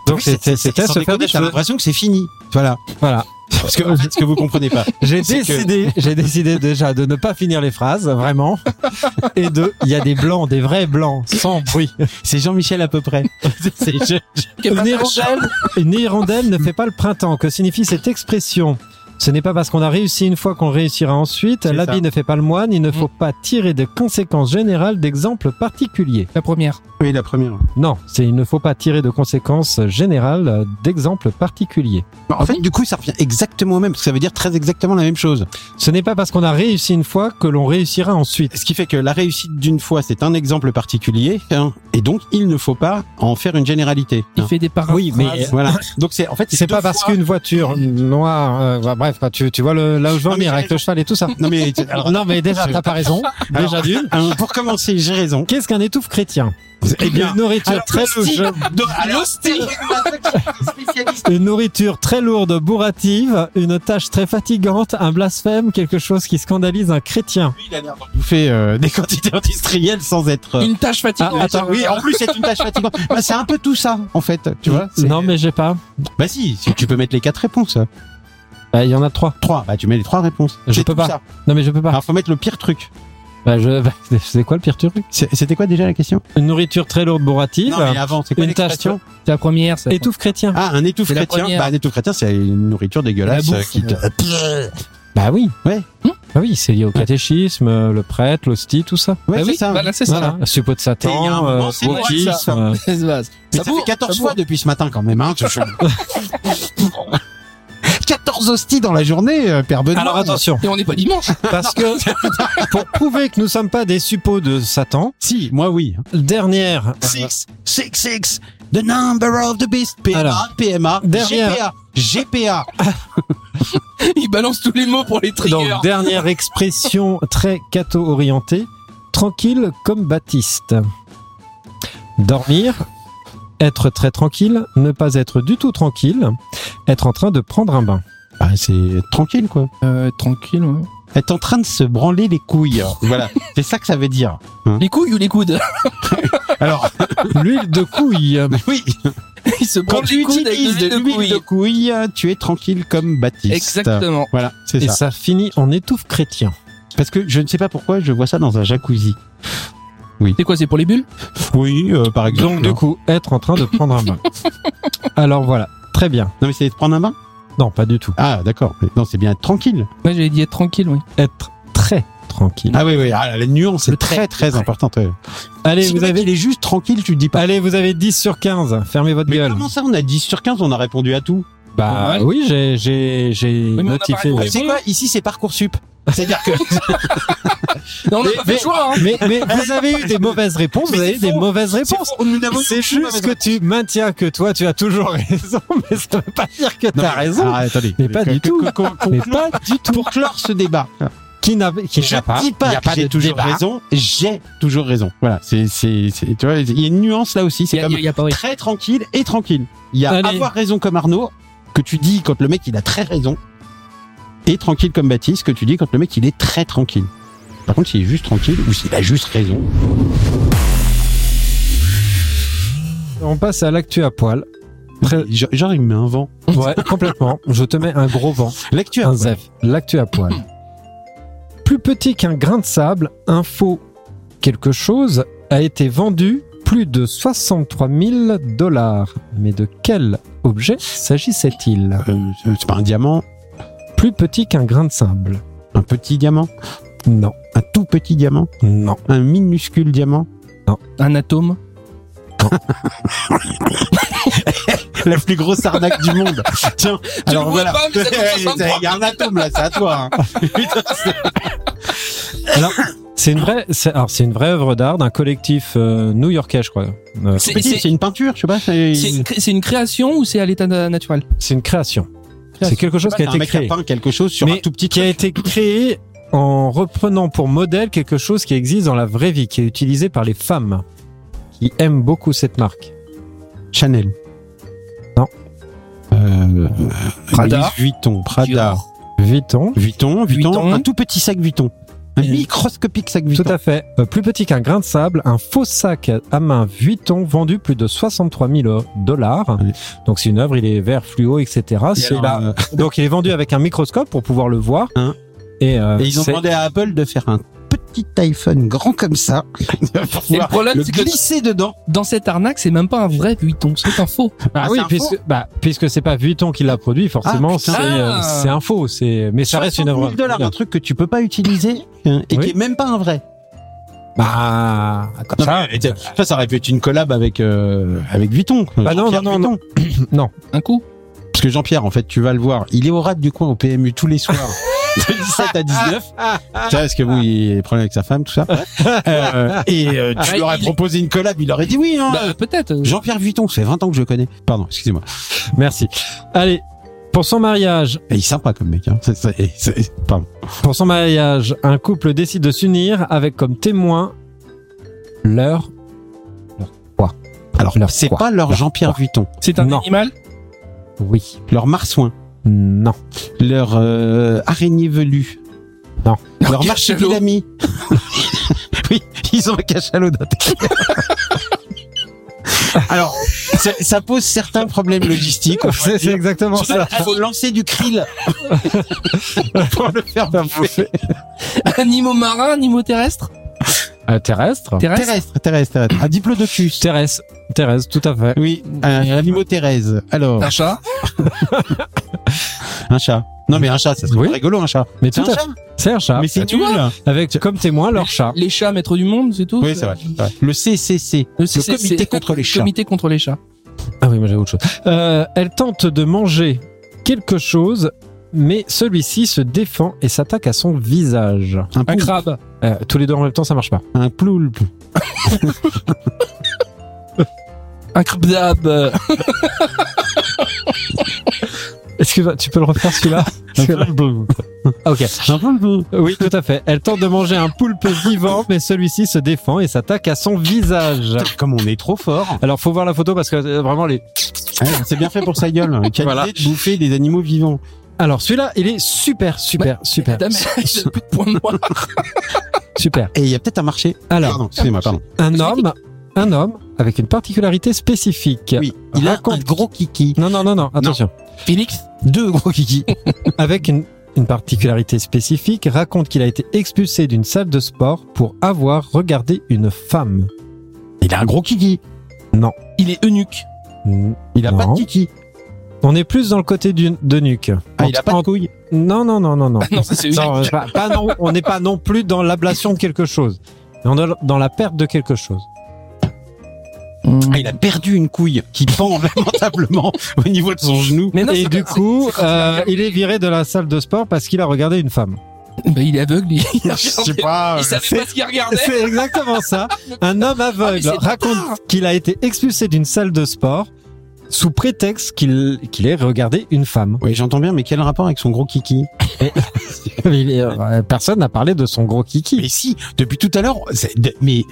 C: Donc
A: Oui,
C: c'était c'était
A: sans
C: se faire
A: déconner,
C: des
A: J'ai
C: cheveux.
A: l'impression que c'est fini. Voilà.
C: Voilà.
A: Parce que en fait, ce que vous comprenez pas.
C: J'ai
A: C'est que-
C: décidé, j'ai décidé déjà de ne pas finir les phrases, vraiment. Et de, il y a des blancs, des vrais blancs, sans bruit.
A: C'est Jean-Michel à peu près. C'est- je-
C: Une hirondelle, une hirondelle ne fait pas le printemps. Que signifie cette expression Ce n'est pas parce qu'on a réussi une fois qu'on réussira ensuite.
A: C'est
C: L'habit
A: ça. Mm.
C: ne fait pas le moine. Il ne faut pas tirer de conséquences générales d'exemples particuliers.
B: La première.
A: Oui, la première.
C: Non, c'est il ne faut pas tirer de conséquences générales euh, d'exemples particuliers.
A: Bon, Bah, en fait, du coup, ça revient exactement au même, parce que ça veut dire très exactement la même chose.
C: Ce n'est pas parce qu'on a réussi une fois que l'on réussira ensuite.
A: Ce qui fait que la réussite d'une fois, c'est un exemple particulier, hein, et donc il ne faut pas en faire une généralité.
B: Il
A: hein.
B: fait des parades.
C: Oui, mais euh,
A: Voilà. Donc c'est en fait
C: c'est pas parce
A: que
C: qu'une voiture noire, euh, bah, bref, bah, tu, tu vois le, là où je veux
A: Non,
C: en
A: mais
C: venir avec
A: j'ai
C: le cheval et tout ça.
A: non mais alors,
C: non, mais déjà, t'as pas raison. déjà d'une.
A: hein, pour commencer, j'ai raison.
C: Qu'est-ce qu'un étouffe chrétien
A: Eh bien,
C: Une nourriture
A: alors,
C: très
A: hostile.
C: lourde.
B: Ah, L'hostie.
A: Ah,
C: Une nourriture très lourde, bourrative, une tâche très fatigante, un blasphème, quelque chose qui scandalise un chrétien.
A: lui, il a l'air d'en bouffer euh, des quantités industrielles sans être. euh,
B: Une tâche fatigante.
A: Ah, attends, oui, en plus c'est une tâche fatigante. Bah, c'est un peu tout ça, en fait. Tu vois c'est-
C: Non, mais j'ai pas.
A: Bah si, si, tu peux mettre les quatre réponses.
C: Bah, Il y en a trois.
A: Trois. Bah tu mets les trois réponses.
C: Je
A: C'est
C: peux
A: tout
C: pas. Ah.
A: ça.
C: Non, mais je peux pas.
A: Alors faut mettre le pire truc.
C: Bah, je... bah, c'est quoi le pire truc
A: C'est- C'était quoi déjà la question
C: Une nourriture très lourde, bourrative,
A: avant, c'est
C: une tâche.
A: l'expression
B: La première, ça.
C: Étouffe chrétien.
A: Ah, un étouffe
B: C'est la
A: chrétien.
B: première.
A: Bah, un étouffe chrétien, c'est une nourriture dégueulasse
B: La
A: euh,
B: bouffe,
A: qui te-
C: Bah oui.
A: Ouais.
B: Hmm
C: bah oui, c'est lié au catéchisme, euh, le prêtre, l'hostie, tout ça.
A: Ouais,
B: Bah
A: c'est
B: oui,
A: ça.
B: voilà, c'est
C: Voilà. Suppôt de
A: Et il y a un
C: Satan,
A: moment,
C: euh,
A: c'est vrai,
C: wokisme,
A: ça.
C: euh,
B: ça. Ça
A: Mais ça fait 14 fois depuis ce matin quand même, hein, que je- 14 hosties dans la journée, euh, père Benoît.
C: Alors attention,
B: Et on n'est pas dimanche.
C: parce que pour prouver que nous sommes pas des suppôts de Satan,
A: Si, moi oui.
C: dernière,
A: 6, 6, 6, the number of the beast. PMA,
C: Alors.
A: PMA,
C: Derrière.
A: GPA, GPA.
B: Il balance tous les mots pour les triggers.
C: donc, dernière expression très catho orientée, tranquille comme Baptiste. Dormir, être très tranquille, ne pas être du tout tranquille, être en train de prendre un bain.
A: Bah, c'est tranquille, quoi.
B: Euh, tranquille, ouais.
A: Être en train de se branler les couilles. hein. voilà. C'est ça que ça veut dire.
B: Les couilles ou les coudes
A: Alors,
C: L'huile de couille.
A: oui,
B: Il se prend
A: quand
B: les
A: tu
B: coudes avec
A: utilises
B: de
A: de
B: l'huile
A: l'huile de
B: couille.
A: couille, tu es tranquille comme Baptiste.
B: Exactement.
A: Voilà, c'est
C: Et
A: ça.
C: ça finit en étouffe chrétien.
A: Parce que je ne sais pas pourquoi je vois ça dans un jacuzzi.
B: C'est quoi, c'est pour les bulles
A: Oui, euh, par exemple.
C: Donc du coup, être en train de prendre un bain. Alors voilà, très bien.
A: Non, mais c'est de prendre un bain
C: Non, pas du tout.
A: Ah, d'accord. Non, c'est bien être tranquille.
B: Ouais, j'avais dit être tranquille, oui.
C: Être très tranquille.
A: Ah oui, oui, ah, la nuance est très, très euh. importante. ouais.
C: Ah, Allez,
A: Si le
C: vous
A: mec,
C: avez
A: il est juste tranquille, tu le dis pas.
C: Allez, vous avez 10 sur 15. Fermez votre
A: Mais
C: gueule.
A: comment ça, on a 10 sur 15, on a répondu à tout
C: Bah
B: Ouais.
C: oui, j'ai j'ai j'ai
B: mais on a pas
C: notifié.
B: répondu.
C: oui.
A: C'est quoi Ici, c'est Parcoursup. C'est-à-dire que.
B: Non, on n'a
C: Mais-
B: pas fait
C: mais-
B: le choix, hein.
C: Mais mais vous avez eu des mauvaises réponses,
A: Mais
C: vous
A: c'est
C: avez des
A: faux.
C: mauvaises
A: C'est
C: réponses.
A: faux, nous n'avons
C: C'est
A: aucune
C: juste
A: mauvaise
C: que tu maintiens que toi tu as toujours raison, mais ça veut pas dire que
A: Non,
C: t'as
A: mais-
C: raison.
A: Ah, attendez.
C: Mais pas
A: Que-
C: du
A: que-
C: tout.
A: que- qu'on- qu'on-
C: Mais pas du tout. Ah.
A: Pour clore ce débat,
C: Qui n'a qui
A: je
C: n'a pas.
A: dis
C: il
A: pas,
C: y a
A: que
C: pas de
A: j'ai toujours
C: débat.
A: raison, j'ai toujours raison. Voilà, c'est, c'est, c'est- tu vois, il y a une nuance là aussi,
B: Il
A: c'est
B: y a-
A: comme
B: il y a pas, oui.
A: très tranquille et tranquille. Il y a
C: Allez.
A: avoir raison comme Arnaud, que tu dis quand le mec il a très raison, et tranquille comme Baptiste, que tu dis quand le mec il est très tranquille. Par contre, s'il est juste tranquille ou s'il a juste raison.
C: On passe à l'actu à poil. Très-
A: Genre, genre, il me met un vent.
C: Ouais, complètement. Je te mets un gros vent.
A: L'actu euh,
C: Un zef, l'actu à poil. Plus petit qu'un grain de sable, info quelque chose a été vendu plus de 63 000 dollars. Mais de quel objet s'agissait-il
A: euh, c'est pas un diamant,
C: Plus petit qu'un grain de sable.
A: un petit diamant,
C: Non,
A: un tout petit diamant,
C: non,
A: un minuscule diamant.
B: Un atome.
A: La plus grosse arnaque du monde. Tiens, alors
B: le vois
A: voilà.
B: pas, mais ça fait 63.
A: Il y a un atome là, c'est à toi. hein. Putain, c'est-
C: c'est une vraie. c'est- alors c'est une vraie œuvre d'art d'un collectif euh, new-yorkais, je crois. Euh,
B: C'est-
A: Mais si,
B: C'est
A: c'est une peinture, je sais pas. C'est
B: c'est une cré- c'est une création ou c'est à l'état na- naturel
C: c'est une création. C'est quelque
A: Je sais
C: chose
A: pas,
C: qui a
A: c'est
C: été
A: un mec
C: créé.
A: a peint quelque chose sur
C: Mais
A: un tout petit.
C: qui a été créé en reprenant pour modèle quelque chose qui existe dans la vraie vie, qui est utilisé par les femmes, qui aiment beaucoup cette marque.
A: Chanel.
C: Non.
A: Euh,
B: Prada.
A: Louis Vuitton, Prada.
B: Dior.
C: Vuitton.
A: Vuitton, Vuitton,
B: Vuitton.
A: un tout petit sac Vuitton. Un microscopique sac Vuitton.
C: Tout à fait. Euh, plus petit qu'un grain de sable, un faux sac à main Vuitton vendu plus de 63 000 dollars.
A: Oui.
C: Donc c'est une œuvre, il est vert fluo, etc.
A: Et
C: C'est
A: alors,
C: la-
A: euh,
C: Donc il est vendu avec un microscope pour pouvoir le voir.
A: Hein.
C: Et, euh,
A: et ils ont
C: c'est-
A: demandé à Apple de faire un
E: petit iPhone grand comme ça,
A: pour
B: Et le
A: pouvoir
B: problème,
A: le
B: c'est que
A: glisser dedans.
B: dans cette arnaque, c'est même pas un vrai Vuitton, c'est un faux.
C: Ah,
A: Ah,
C: oui,
A: c'est un Ah,
C: puisque bah, puisque c'est pas Vuitton qui l'a produit, forcément, c'est euh, c'est un faux. C'est mais ça reste une
A: 60 000
C: œuvre.
A: dollars, un truc que tu peux pas utiliser hein, et
C: Oui.
A: qui est même pas un vrai.
C: Bah, comme ça.
A: Non, mais, euh, ça, ça aurait pu être une collab avec euh, avec Vuitton. quoi.
C: Bah non,
A: Jean-Pierre
C: non, non,
A: Vuitton.
B: Un coup.
A: Parce que Jean-Pierre, en fait, tu vas le voir, il est au rad du coin au PMU tous les soirs, de 17 à 19. Tu vois, parce que vous, il a des problèmes avec sa femme, tout ça. Euh, et euh, tu
B: Ouais,
A: lui aurais
B: il-
A: proposé une collab, il aurait dit oui. Hein.
B: Bah, peut-être.
A: Jean-Pierre Vuitton, ça fait 20 ans que je le connais. Pardon, excusez-moi.
C: Merci. Allez, pour son mariage,
A: Et il est sympa comme mec. Hein. C'est- c'est- c'est- pardon.
C: Pour son mariage, un couple décide de s'unir avec comme témoin leur.
A: Alors,
C: Leur
A: c'est
C: quoi
A: pas leur Jean-Pierre Vuitton,
B: C'est un
C: Non.
B: animal.
C: Oui.
A: leur marsouin,
C: Non.
A: leur euh, araignée velue.
C: Non.
A: Leur
B: Leur
A: marchupilami. oui, ils ont un cachalot d'intérieur. Alors, ça, ça pose certains problèmes logistiques. on pourrait dire.
C: exactement
A: Il faut lancer du krill pour le faire bouffer.
B: Animaux marins, animaux terrestres.
C: Euh, terrestre.
B: Terrestre.
A: Terrestre, terrestre, terrestre. Un diplodocus.
C: Terrestre. Terrestre, tout à fait.
A: Oui, un animal Thérèse. Alors,
B: Un chat.
A: un chat. Non mais un chat, ça serait
C: Oui.
A: pas rigolo un chat.
C: Mais
A: C'est
C: tout
A: un
C: à
A: chat.
C: C'est un chat.
A: Mais c'est
B: tu
A: nul.
C: Avec comme témoin leur chat.
B: Les chats maîtres du monde, c'est tout. Euh,
A: Oui, c'est vrai. c'est vrai. Le CCC,
B: Le
A: le
B: CCC.
A: comité contre les chats.
B: Comité contre les chats.
C: Ah oui, moi j'avais autre chose. Euh, elle tente de manger quelque chose, mais celui-ci se défend et s'attaque à son visage.
A: Un
B: Un
A: poulpe.
B: crabe.
C: Euh, tous les deux en même temps, ça marche pas.
A: Un ploulpe.
B: Un crabe d'ab.
C: Excuse-moi, tu peux le refaire celui-là Ah, Ok.
A: Un ploulpe.
C: Oui, tout à fait. Elle tente de manger un poulpe vivant, mais celui-ci se défend et s'attaque à son visage.
A: Putain, Comme on est trop fort.
C: Alors, faut voir la photo parce que euh, vraiment les.
A: Ouais, c'est bien fait pour sa gueule. La Qualité
C: Voilà.
A: de bouffer des animaux vivants.
C: Alors, celui-là, il est super, super, super,
B: Dame, j'ai plus de points noirs.
C: super.
A: Et il y a peut-être un marché.
C: Alors,
A: Pardon, excusez-moi, pardon.
C: un homme, un homme avec une particularité spécifique.
A: Oui, il a un
C: Raconte.
A: gros kiki.
C: Non, non, non, non. Attention.
B: Phoenix.
A: Deux gros kiki.
C: Avec une, une particularité spécifique, raconte qu'il a été expulsé d'une salle de sport pour avoir regardé une femme.
A: Il a un gros kiki.
B: Il est eunuque.
A: Il a pas de
C: Non.
A: kiki.
C: On est plus dans le côté du, de nuque.
A: Ah, il a pas de
C: En-
A: couilles.
C: Non, non, non, non, non.
B: Non, ça c'est eunuque.
C: Non, euh, pas- pas non- on n'est pas non plus dans l'ablation de quelque chose. Mais On est dans la perte de quelque chose.
A: Ah, il a perdu une couille qui pend lamentablement au niveau de son genou.
B: Mais non,
C: Et
B: c'est-
C: du coup, euh, il est viré de la salle de sport parce qu'il a regardé une femme.
B: Bah, il est aveugle. Il, il,
A: pas. euh,
B: savait pas ce qu'il regardait.
C: C'est exactement ça. Un homme aveugle
B: Ah, mais c'est bâtard
C: raconte qu'il a été expulsé d'une salle de sport sous prétexte qu'il qu'il ait regardé une femme.
A: Oui, j'entends bien, mais quel rapport avec son gros kiki
C: Il est- euh, Personne n'a parlé de son gros
A: Mais
C: kiki.
A: si, depuis tout à l'heure, c'est- de- mais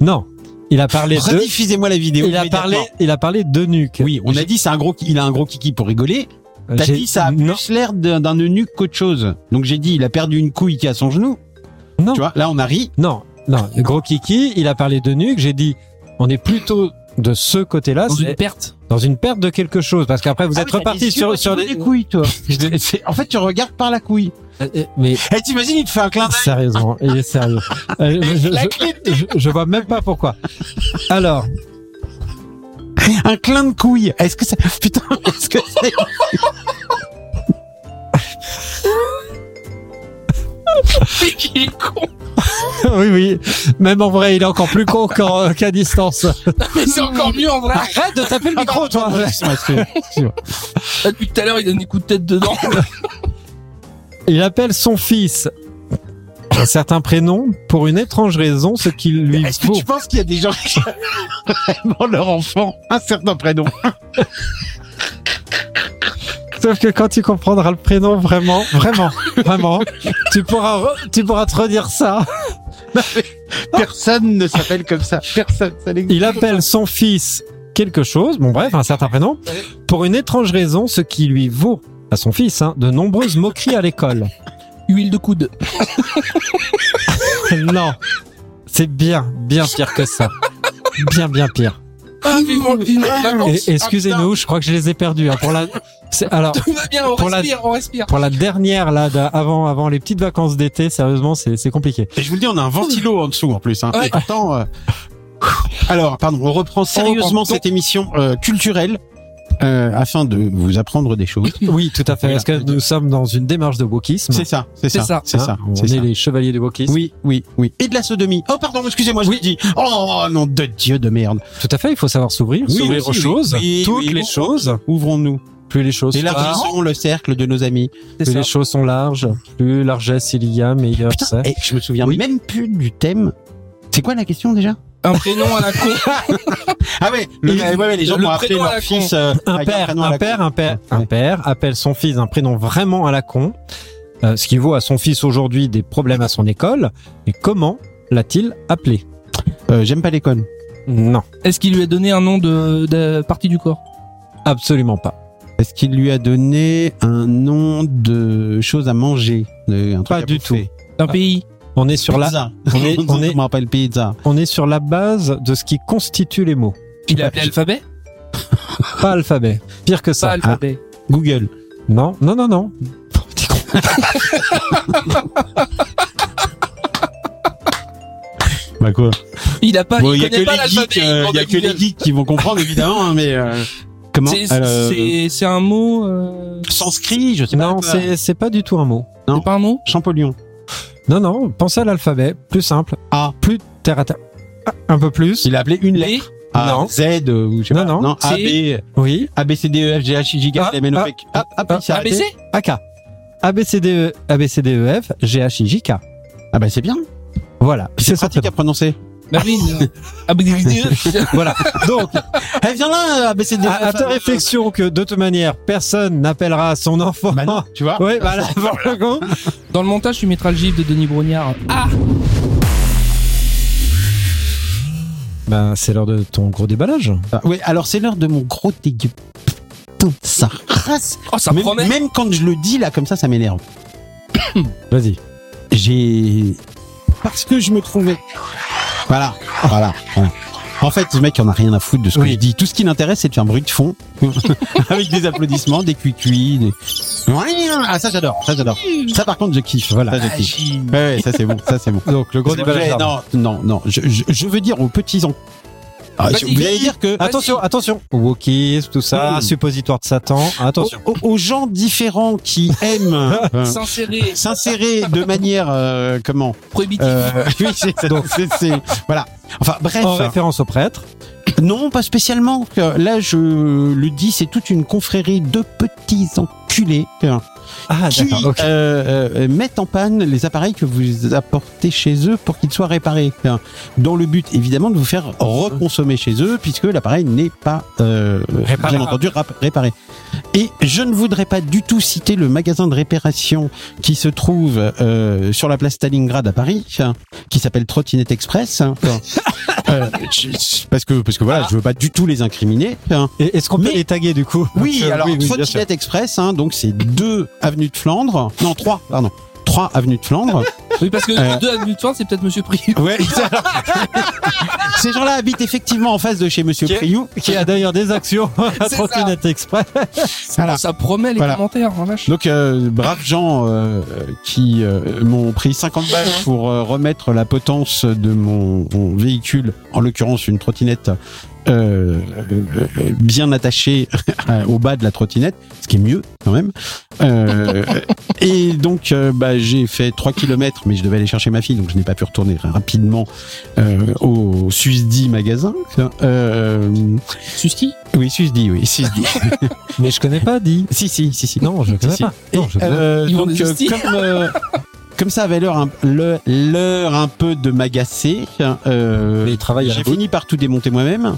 C: Non, il a parlé de.
A: rediffusez-moi la vidéo.
C: Il a parlé.
A: immédiatement.
C: Il a parlé de nuque.
A: Oui, on a dit c'est un gros, ki- il a un gros kiki pour rigoler. T'as
C: J'ai-
A: dit ça a
C: Non,
A: plus l'air d'un d'un eunuque qu'autre chose. Donc j'ai dit il a perdu une couille qui a son genou.
C: Non.
A: Tu vois, là on a ri.
C: Non, non, gros kiki, il a parlé de nuque, j'ai dit, on est plutôt de ce côté-là,
B: Dans
C: c'est-
B: une perte.
C: dans une perte de quelque chose, parce qu'après
A: Ah
C: vous êtes reparti sur, sur
A: les
C: Ah des...
A: couilles, toi. C'est- en fait, tu regardes par la couille.
C: Euh, Mais
A: Et Eh, t'imagines, il te fait un clin d'œil.
C: sérieusement, il est sérieux. Euh, Je, je- je- je vois même pas pourquoi. Alors,
A: Un clin de couille. Est-ce que ça. Putain, est-ce que c'est.
B: Mais qu'il est con.
C: oui, oui, même en vrai, il est encore plus con qu'en- euh, qu'à distance.
B: Mais c'est encore mieux en vrai.
C: Arrête de taper le micro, toi
B: Là, Euh, Depuis tout à l'heure, il donne des coups de tête dedans.
C: Il appelle son fils un certain prénom pour une étrange raison, ce qui lui
A: Est-ce que
C: vaut...
A: tu penses qu'il y a des gens qui vraiment leur enfant un certain prénom
C: Sauf que quand tu comprendras le prénom vraiment, vraiment, vraiment, tu pourras, re- tu pourras te redire ça.
A: Personne ne s'appelle comme ça. Personne, ça n'existe
C: Il appelle son fils quelque chose, bon bref, un certain prénom, pour une étrange raison, ce qui lui vaut à son fils hein, de nombreuses moqueries à l'école.
B: Huile de coude.
C: Non, c'est bien, bien pire que ça. Bien, bien pire.
B: Ah, vivement, vivement, les
C: Et-
B: vacances.
C: Excusez-nous, je crois que je les ai perdus. hein, pour la, c'est- alors
B: Tout va bien, on
C: Pour la-
B: respire, on respire.
C: pour la dernière là, d'a- avant avant les petites vacances d'été, sérieusement, c'est c'est compliqué.
A: Et je vous le dis, on a un ventilo en dessous en plus. Hein.
B: Ouais.
A: Et pourtant, euh, alors, pardon, on reprend sérieusement
B: reprend.
A: cette émission euh, culturelle euh, afin de vous apprendre des choses.
C: Oui, tout à fait.
A: Voilà.
C: Parce que nous sommes dans une démarche de wokisme.
A: C'est ça, c'est
B: C'est ça.
A: ça, c'est
C: Hein,
A: ça,
C: On
A: c'est
C: est
A: ça.
C: les chevaliers du wokisme.
A: Oui, oui, oui. Et de la sodomie. Oh pardon, excusez-moi, je vous dis. Oh nom de Dieu de merde.
C: Tout à fait. Il faut savoir s'ouvrir,
A: Oui,
C: s'ouvrir
A: aussi,
C: aux
A: oui.
C: choses,
A: Oui,
C: toutes
A: oui,
C: les
A: oui.
C: choses,
A: Ouvrons-nous.
C: plus les choses. sont
B: Ah.
C: larges,
A: Élargissons le cercle de nos amis.
C: plus les choses sont larges, plus largesse il y a, meilleur
A: Putain,
C: c'est.
A: et je me souviens même plus du thème. C'est quoi la question déjà
B: Un prénom à la con.
A: Ah ouais,
B: Il-
A: ouais, ouais, les gens
B: le
A: vont appeler
B: prénom à
A: leur
B: la
A: fils euh,
C: un
A: avec
C: père,
A: prénom à
C: un
A: la
C: père,
A: con.
C: un père,
A: Ouais.
C: un père appelle son fils un prénom vraiment à la con, euh, ce qui vaut à son fils aujourd'hui des problèmes à son école. Mais comment l'a-t-il appelé
A: Euh, J'aime pas les connes.
C: Non,
B: Est-ce qu'il lui a donné un nom de, de partie du corps
C: absolument pas.
A: Est-ce qu'il lui a donné un nom de chose à manger de, un truc
C: Pas
A: à
C: du
A: bouffer.
B: D'un pays
C: On est sur la,
A: Pizza.
C: on est, on est,
A: Comment on appelle pizza
C: on est sur la base de ce qui constitue les mots,
B: Il a appelé alphabet
C: pas alphabet. Pire que
B: Pas
C: ça. Ah,
B: alphabet.
A: Google.
C: Non, non, non, non. Petit con.
A: Bah quoi
B: Il a pas,
A: Bon,
B: Ah, il
A: y a que
B: connaît pas
A: les geeks,
B: l'alphabet.
A: euh,
B: il
A: y a
B: demande
A: que
B: à
A: les
B: Google.
A: geeks qui vont comprendre évidemment, hein, mais euh, comment
B: C'est-
A: Alors,
B: C'est c'est un mot. euh,
A: Sanskrit, je sais
C: Non,
A: pas. quoi.
C: c'est, c'est pas du tout un mot.
A: Non.
B: C'est pas un mot
A: Champollion.
C: Non, non. Pensez à l'alphabet, plus simple.
A: A.
C: plus terre à terre. Ah, Un peu plus.
A: Il a appelé une lettre.
B: B
A: A,
C: Non.
A: Z euh, ou je sais
C: Non,
A: pas.
C: non.
A: A
B: C'est-
A: B
C: Oui.
A: A B C D E F G H I J K
C: Ah,
A: L M N O P Q.
C: ah,
A: Hop, hop, il s'est
C: ah,
A: arrêté.
B: ABC
C: AK. ABCDE, ABCDEF, GHIJK.
A: Ah bah c'est bien.
C: Voilà.
A: C'est
C: C'est ça.
A: pratique à prononcer.
B: Bah oui. euh, ah, bah,
C: Voilà. Donc,
A: Eh viens là, A B C D E
C: à,
A: F
C: à ta
A: G H I J K L M N O P Q.
C: réflexion que de toute manière, personne n'appellera son enfant.
A: Bah non, tu vois.
C: Oui, voilà, pour le coup.
B: Dans le montage, tu mettras le gif de Denis Brognard. Ah
C: Ben, c'est l'heure de ton gros déballage.
A: Ah, Oui, alors c'est l'heure de mon gros dégueu. Putain, ça race.
B: Oh, ça
A: même,
B: promet
A: même quand je le dis là comme ça, ça m'énerve.
C: Vas-y.
A: J'ai parce que je me trouvais. Voilà, voilà. voilà. En fait, ce mec en a rien à foutre de ce que
C: Oui.
A: je dis. Tout ce qui l'intéresse, c'est de faire un bruit de fond avec des applaudissements, des cuicuis. Des... Ah ça j'adore, ça j'adore. Ça par contre je kiffe. Voilà, ça je kiffe. Ouais, ouais, ça c'est bon, ça c'est bon.
C: Donc, le gros
A: C'est-
C: déballage.
A: j'ai-
C: d'arbre.
A: non, non, non. Je, je- je veux dire aux petits en. Ah, je-
B: Vas-y,
A: vous
B: vas-y.
A: allez dire que
B: Vas-y.
C: Attention, attention. Wokisme, tout ça,
A: Mm.
C: suppositoire de Satan. Attention.
A: Aux, aux- aux gens différents qui aiment euh,
B: Sincéré,
A: s'insérer de manière euh, comment
B: prohibitif.
A: euh, oui, c'est ça. c'est- c'est- voilà. Enfin bref,
C: En référence au prêtre.
A: non, pas spécialement. Euh, Là, je le dis, c'est toute une confrérie de petits enculés euh,
C: Ah,
A: qui
C: d'accord. ok.
A: euh, euh, mettent en panne les appareils que vous apportez chez eux pour qu'ils soient réparés, euh, dans le but évidemment de vous faire reconsommer chez eux, puisque l'appareil n'est pas euh, bien entendu rap- réparé. Et je ne voudrais pas du tout citer le magasin de réparation qui se trouve euh, sur la place Stalingrad à Paris, hein, qui s'appelle Trottinette Express, hein. Euh, je- je- parce que parce que
C: Ah.
A: voilà, je veux pas du tout les incriminer. hein.
C: Et Est-ce qu'on peut
A: Mais-
C: les taguer du coup
A: Oui,
C: Parce que-
A: alors
C: euh, bien sûr.
A: Trottinette Express, hein, donc c'est deux avenues de Flandre, non trois, pardon, trois avenues de Flandre.
B: Oui, parce que
A: euh,
B: deux avenues de fin, c'est peut-être Monsieur Priou.
A: ouais. Ces gens-là habitent effectivement en face de chez Monsieur
C: Qui est-
A: Priou.
C: qui a d'ailleurs des actions à
B: ça.
C: Trottinette Express.
A: Voilà.
B: Ça promet les
A: ah, Voilà.
B: commentaires, hein, vache.
A: Donc euh, braves gens euh, qui euh, m'ont pris 50 balles pour euh, remettre la potence de mon, mon véhicule, en l'occurrence une trottinette. euh, euh, euh, bien attachée au bas de la trottinette, ce qui est mieux quand même. Euh, et donc euh, bah, j'ai fait 3 km, mais je devais aller chercher ma fille, donc je n'ai pas pu retourner rapidement euh, au Susdi magasin. Euh,
B: Suski
A: oui, Susdi, oui, Susdi.
C: Mais je connais pas, dit.
A: si, si, si, si.
C: Non, je connais
A: si.
C: pas. Non, je connais pas.
A: Euh,
B: Ils vont
A: donc,
B: des
A: euh,
B: hosties.
A: comme, euh, comme ça avait l'heure un, le- l'heure un peu de m'agacer, euh,
C: Mais il travaille à la
A: j'ai
C: boutique.
A: fini par tout démonter moi-même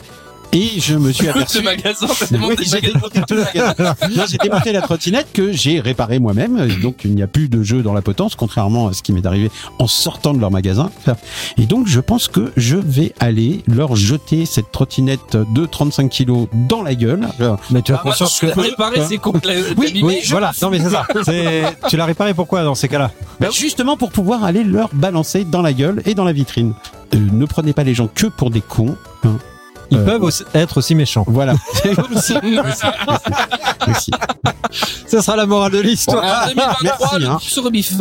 A: et je me suis
B: Ce
A: aperçu.
B: magasin, ça
A: Oui,
B: demande des
A: j'ai
B: magasins.
A: démonté tout le magasin. Non, j'ai démonté la trottinette que j'ai réparée moi-même, et donc il n'y a plus de jeu dans la potence, contrairement à ce qui m'est arrivé en sortant de leur magasin. Et donc je pense que je vais aller leur jeter cette trottinette de 35 kilos dans la gueule.
C: Mais tu as
B: Ah, moi,
C: conscience que.
B: Réparer, c'est con. la-
C: Oui,
B: l'abîmer,
C: oui,
B: je-
C: voilà. Non, mais c'est ça. C'est- Tu l'as réparé pourquoi dans ces cas-là
A: Bah, justement pour pouvoir aller leur balancer dans la gueule et dans la vitrine. Euh, ne prenez pas les gens que pour des cons. hein.
C: Ils
A: Euh,
C: peuvent aussi- être aussi méchants.
A: Voilà. C'est aussi- aussi- aussi.
C: Ça sera la morale de l'histoire.
B: En 2023,
A: merci,
B: le
A: hein.
B: pouce rebiffe.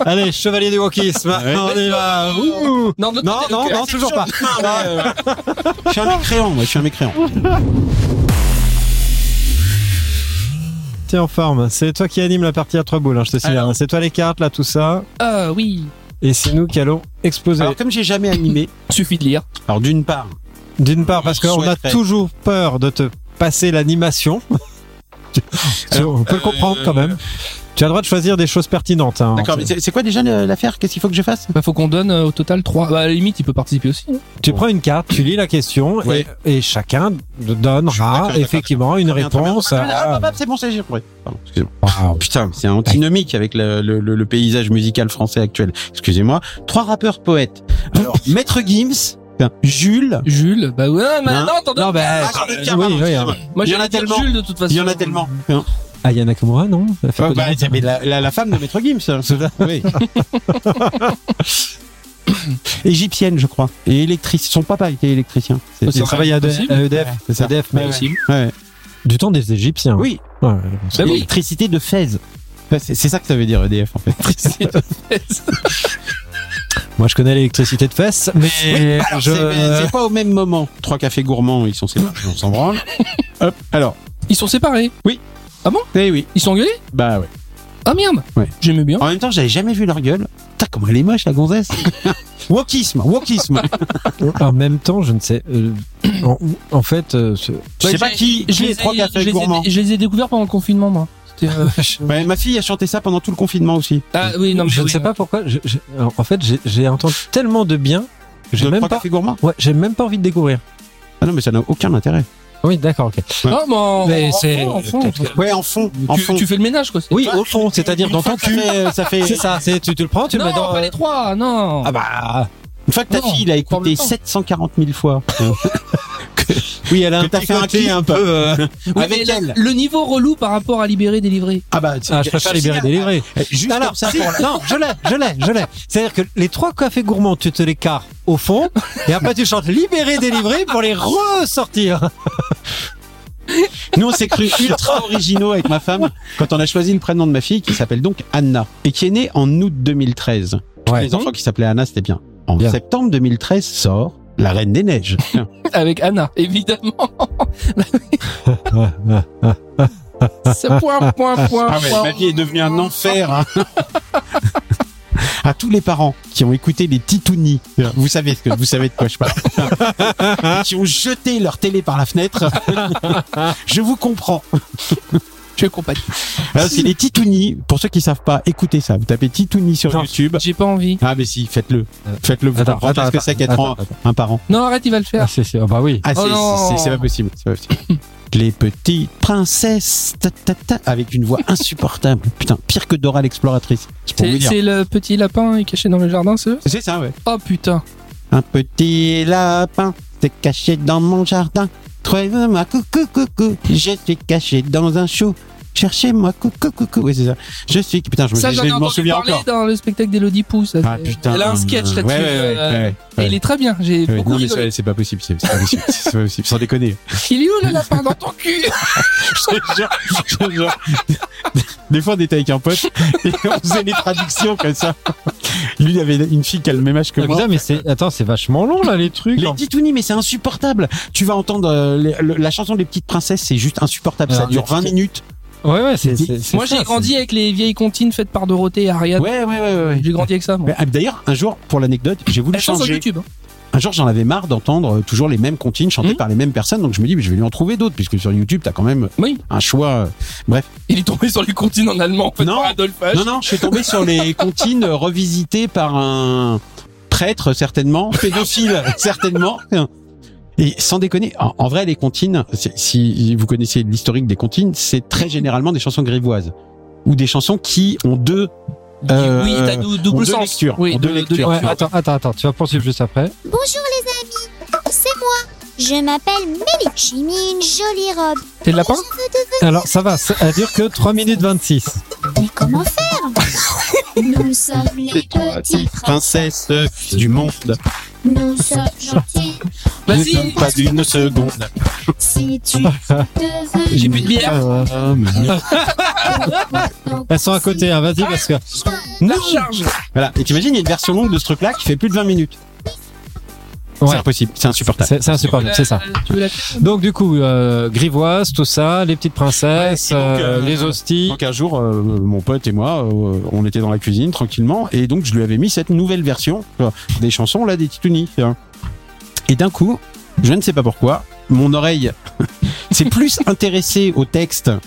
C: Allez, chevalier du wokisme.
A: Ouais.
C: On y va. Ouh.
B: Non, de l'autre
C: Non,
B: côté,
C: non,
B: ok.
C: non, toujours pas.
A: Je suis un mécréant, moi, je suis un mécréant.
C: T'es en forme. C'est toi qui anime la partie à trois boules, hein, je te signale.
A: Alors.
C: C'est toi les cartes, là, tout ça.
B: Ah oui,
C: Et c'est nous qui allons exploser.
A: Alors, comme j'ai jamais animé,
B: suffit de lire.
A: alors d'une part,
C: D'une part, parce
A: je
C: qu'on a
A: souhaiterais-
C: toujours peur de te passer l'animation. on peut le comprendre quand même. Tu as le droit de choisir des choses pertinentes. hein.
A: d'accord, mais c'est c'est quoi déjà le- l'affaire Qu'est-ce qu'il faut que je fasse
B: Bah, faut qu'on donne euh, au total 3. Bah, à la limite, il peut participer aussi. hein.
C: Tu prends une carte, tu lis la question et-
A: Ouais.
C: et, chacun donnera
A: d'accord.
C: effectivement une
A: Très bien, très bien.
C: réponse.
A: Ah,
C: à-
A: bah, bah, c'est bon, c'est j'ai compris. Pardon, excusez-moi.
C: Waouh.
A: Putain, c'est antinomique avec le, le- le- le paysage musical français actuel. Excusez-moi. Trois rappeurs poètes. Alors, Maître Gims, Jules.
B: Jules, bah ouais, mais
A: Hein
B: non, t'en donnes.
C: Non, bah,
A: Ah,
C: euh,
A: tiens, pardon,
C: oui, oui,
A: excusez-moi.
C: hein. Ah,
B: Moi,
A: il y en
B: j'allais
A: a
B: dire
A: tellement.
B: Jules, de toute façon.
A: Il y en a tellement.
C: Ayana Nakamura, non Elle fait
A: Oh,
C: pas
A: bah,
C: de-
A: mais la, la- la femme de Maître Gims. hein. Oui. Égyptienne, je crois. Et électricien. Son papa était électricien. C'est-
B: C'est
C: Elle travaille à E
B: possible.
C: à EDF, c'est ça. EDF, mais
B: Mais aussi.
A: Ouais.
C: du temps des Égyptiens.
A: Ah Oui.
C: Ouais, ouais.
B: Bah oui.
A: Électricité de Fès. Ouais, C'est c'est ça que ça veut dire EDF en fait.
C: Moi, je connais l'électricité de Fès, mais
A: Alors,
C: je-
A: c'est- mais C'est pas au même moment. Trois cafés gourmands, ils sont séparés, on s'en branle. Hop, alors.
B: Ils sont séparés.
A: Eh oui.
B: Ils sont engueulés
A: Bah ouais.
B: Ah merde.
A: Ouais.
B: J'aimais bien.
A: En même temps, j'avais jamais vu leur gueule. Putain, comment elle est moche, la gonzesse. wokisme, wokisme.
C: en même temps, je ne sais. euh, en, en fait, euh, ce-
A: Je sais pas qui,
B: Je
A: qui
B: les
A: est trois
B: ai-
A: cafés
B: je les ai-
A: gourmands.
B: Je les ai découverts pendant le confinement, moi. C'était, euh,
A: Ouais, ma fille a chanté ça pendant tout le confinement aussi.
B: Ah oui, non, mais
C: je ne
B: oui,
C: sais
B: non.
C: pas pourquoi. je- je- alors, en fait, j'ai- j'ai entendu tellement de bien que j'ai
A: De
C: même
A: trois
C: pas.
A: cafés gourmands.
C: Ouais, j'ai même pas envie de découvrir.
A: Ah non, mais ça n'a aucun intérêt.
C: Oui, d'accord, ok.
B: Non, mais en-
C: Mais
B: en
C: c'est-
B: fond, en fond,
C: peut-être que-
A: Ouais, en fond. En
B: tu,
A: fond.
B: tu fais le ménage, quoi. c'est-
C: Oui, au fond, c'est-à-dire dans ton
A: Ça
C: cul.
A: fait- Ça fait.
C: C'est ça, c'est tu te le prends, tu le
B: non,
C: mets dans. euh,
B: pas les trois, non.
C: Ah bah.
A: Une fois que ta
B: Non,
A: fille l'a
B: prends le
A: écouté
B: temps.
A: 740 000 fois. Que- oui, elle a
C: Que
A: un
C: t'as
A: petit
C: fait un
A: côté
C: clip.
A: un peu. euh,
B: Oui, mais
A: avec
B: le-
A: elle.
B: Le niveau relou par rapport à libérer, délivrer.
A: Ah bah, tu-
C: Ah, je préfère libérer, délivrer.
A: Eh, Juste
C: Alors,
A: comme ça.
C: si,
A: pour la-
C: non, je l'ai, je l'ai, je l'ai. C'est-à-dire que les trois cafés gourmands, tu te les carres au fond, et après tu chantes libéré, délivré pour les ressortir.
A: Nous, on s'est cru ultra originaux avec ma femme quand on a choisi le prénom de ma fille qui s'appelle donc Anna et qui est née en août 2013.
B: Ah
A: Les enfants qui s'appelaient Anna, c'était bien. En
C: Bien.
A: septembre 2013 sort La Reine des Neiges.
B: Avec Anna, évidemment.
C: Ouais, ouais.
B: C'est point, point, point,
C: Ah
A: Ah,
B: point.
A: est devenue un enfer.
C: hein.
A: à tous les parents qui ont écouté les Titounis, vous savez ce que vous savez de quoi je parle, Et qui ont jeté leur télé par la fenêtre, je vous comprends.
B: Je compatis.
A: Alors, c'est les Titounis. Pour ceux qui savent pas, écoutez ça. Vous tapez Titounis sur
C: Non.
A: YouTube.
B: J'ai pas envie.
A: Ah mais si, faites-le, faites-le. Vous
C: Attends,
A: comprendrez
C: attends,
A: ce que c'est
C: attends,
A: qu'être un,
C: attends, attends.
A: un parent.
B: Non, arrête, il va le
C: Ah,
B: faire.
C: c'est, c'est- ah bah oui.
A: Ah
B: Oh
A: c'est-
B: non.
A: c'est c'est- c'est pas possible, c'est pas possible. Les petites princesses, ta, ta, ta, avec une voix insupportable. Putain, pire que Dora l'exploratrice. C'est pour vous
B: C'est
A: dire.
B: c'est le petit lapin caché dans le jardin, c'est eux
A: C'est ça, ouais.
B: Oh putain.
A: Un petit lapin s'est caché dans mon jardin. Trouvez-moi, coucou, coucou. Je suis caché dans un chou. Cherchez-moi, coucou, coucou. Oui, c'est ça. Je suis. Putain, je me-
B: Ça,
A: je
B: j'en ai
A: m'en
B: entendu
A: souviens
B: parler
A: encore.
B: dans le spectacle d'Elodie Pou. ça,
A: Ah
B: c'est-
A: putain.
B: Elle a un sketch
A: Ouais,
B: là-dessus.
A: ouais, ouais,
B: euh,
A: ouais,
B: et
A: ouais.
B: Il est très bien, j'ai
A: Ouais,
B: beaucoup
A: non, mais
B: rigolé.
A: c'est c'est pas possible, c'est c'est pas possible, c'est pas possible, sans déconner.
B: Il est où le lapin dans ton cul
A: Je te jure, je te jure. Des fois, on était avec un pote et on faisait les traductions comme ça. Lui, il avait une fille qui a le même âge que
C: Ah,
A: moi.
C: putain, mais c'est, attends, c'est vachement long là les trucs. hein.
A: Les titounis, mais c'est insupportable. Tu vas entendre euh, les- le- la chanson des petites princesses, c'est juste insupportable. ça
C: Alors,
A: dure
C: les
A: 20
C: Titounis-
A: minutes.
C: Ouais, ouais, c'est. c'est- c'est
B: Moi,
C: ça,
B: j'ai grandi avec les vieilles comptines faites par Dorothée et Ariane.
A: Ouais, ouais, ouais, ouais.
B: J'ai grandi avec ça. Moi.
A: Mais, ah, D'ailleurs, un jour, pour l'anecdote, j'ai voulu
B: Elles sont sur
A: changer.
B: YouTube. hein.
A: Un jour, j'en avais marre d'entendre euh, toujours les mêmes comptines chantées
B: Mhm.
A: par les mêmes personnes, donc je me dis, mais je vais lui en trouver d'autres, puisque sur YouTube, t'as quand même
B: Oui.
A: un choix. euh,
B: Il est tombé sur les comptines en allemand, en fait,
A: Non.
B: par Adolphe H.
A: Non, non, je suis tombé sur les comptines euh, revisitées par un prêtre, certainement, pédophile, certainement. Et sans déconner, en, en vrai, les comptines, c'est- si vous connaissez l'historique des comptines, c'est très généralement des chansons grivoises ou des chansons qui ont deux. euh,
B: oui, t'as dou-
A: ont
B: double
A: deux
B: sens.
A: lectures,
B: Oui,
A: ont deux
B: de- de-
A: lectures.
C: Ouais, attends, attends, attends, tu vas poursuivre juste après.
F: Bonjour les amis, c'est moi. Je m'appelle Mélie. J'ai mis une jolie robe.
B: T'es le lapin
C: Alors ça va, ça ça dure que 3 minutes 26.
F: Mais comment faire Nous sommes les petits princes.
A: Princesse du monde.
F: Nous sommes gentils.
B: Vas-y,
A: Pas d'une seconde.
F: Si tu devenais
B: j'ai plus de bière.
A: Euh,
C: Elles sont à côté, hein, vas-y, parce que.
A: Ah,
B: La charge.
A: Voilà. Et t'imagines, il y a une version longue de ce truc-là qui fait plus de 20 minutes. C'est
C: Ouais.
A: impossible, c'est insupportable.
C: C'est c'est insupportable, c'est ça.
B: Euh, Tu veux la-
C: Donc du coup, euh, grivoise, tout ça, les petites princesses,
A: Ouais, et donc,
C: euh,
A: euh,
C: les hosties.
A: Donc un jour, euh, mon pote et moi, euh, on était dans la cuisine tranquillement, et donc je lui avais mis cette nouvelle version euh, des chansons là des Titounis. hein. Et d'un coup, je ne sais pas pourquoi, mon oreille s'est plus intéressée au texte.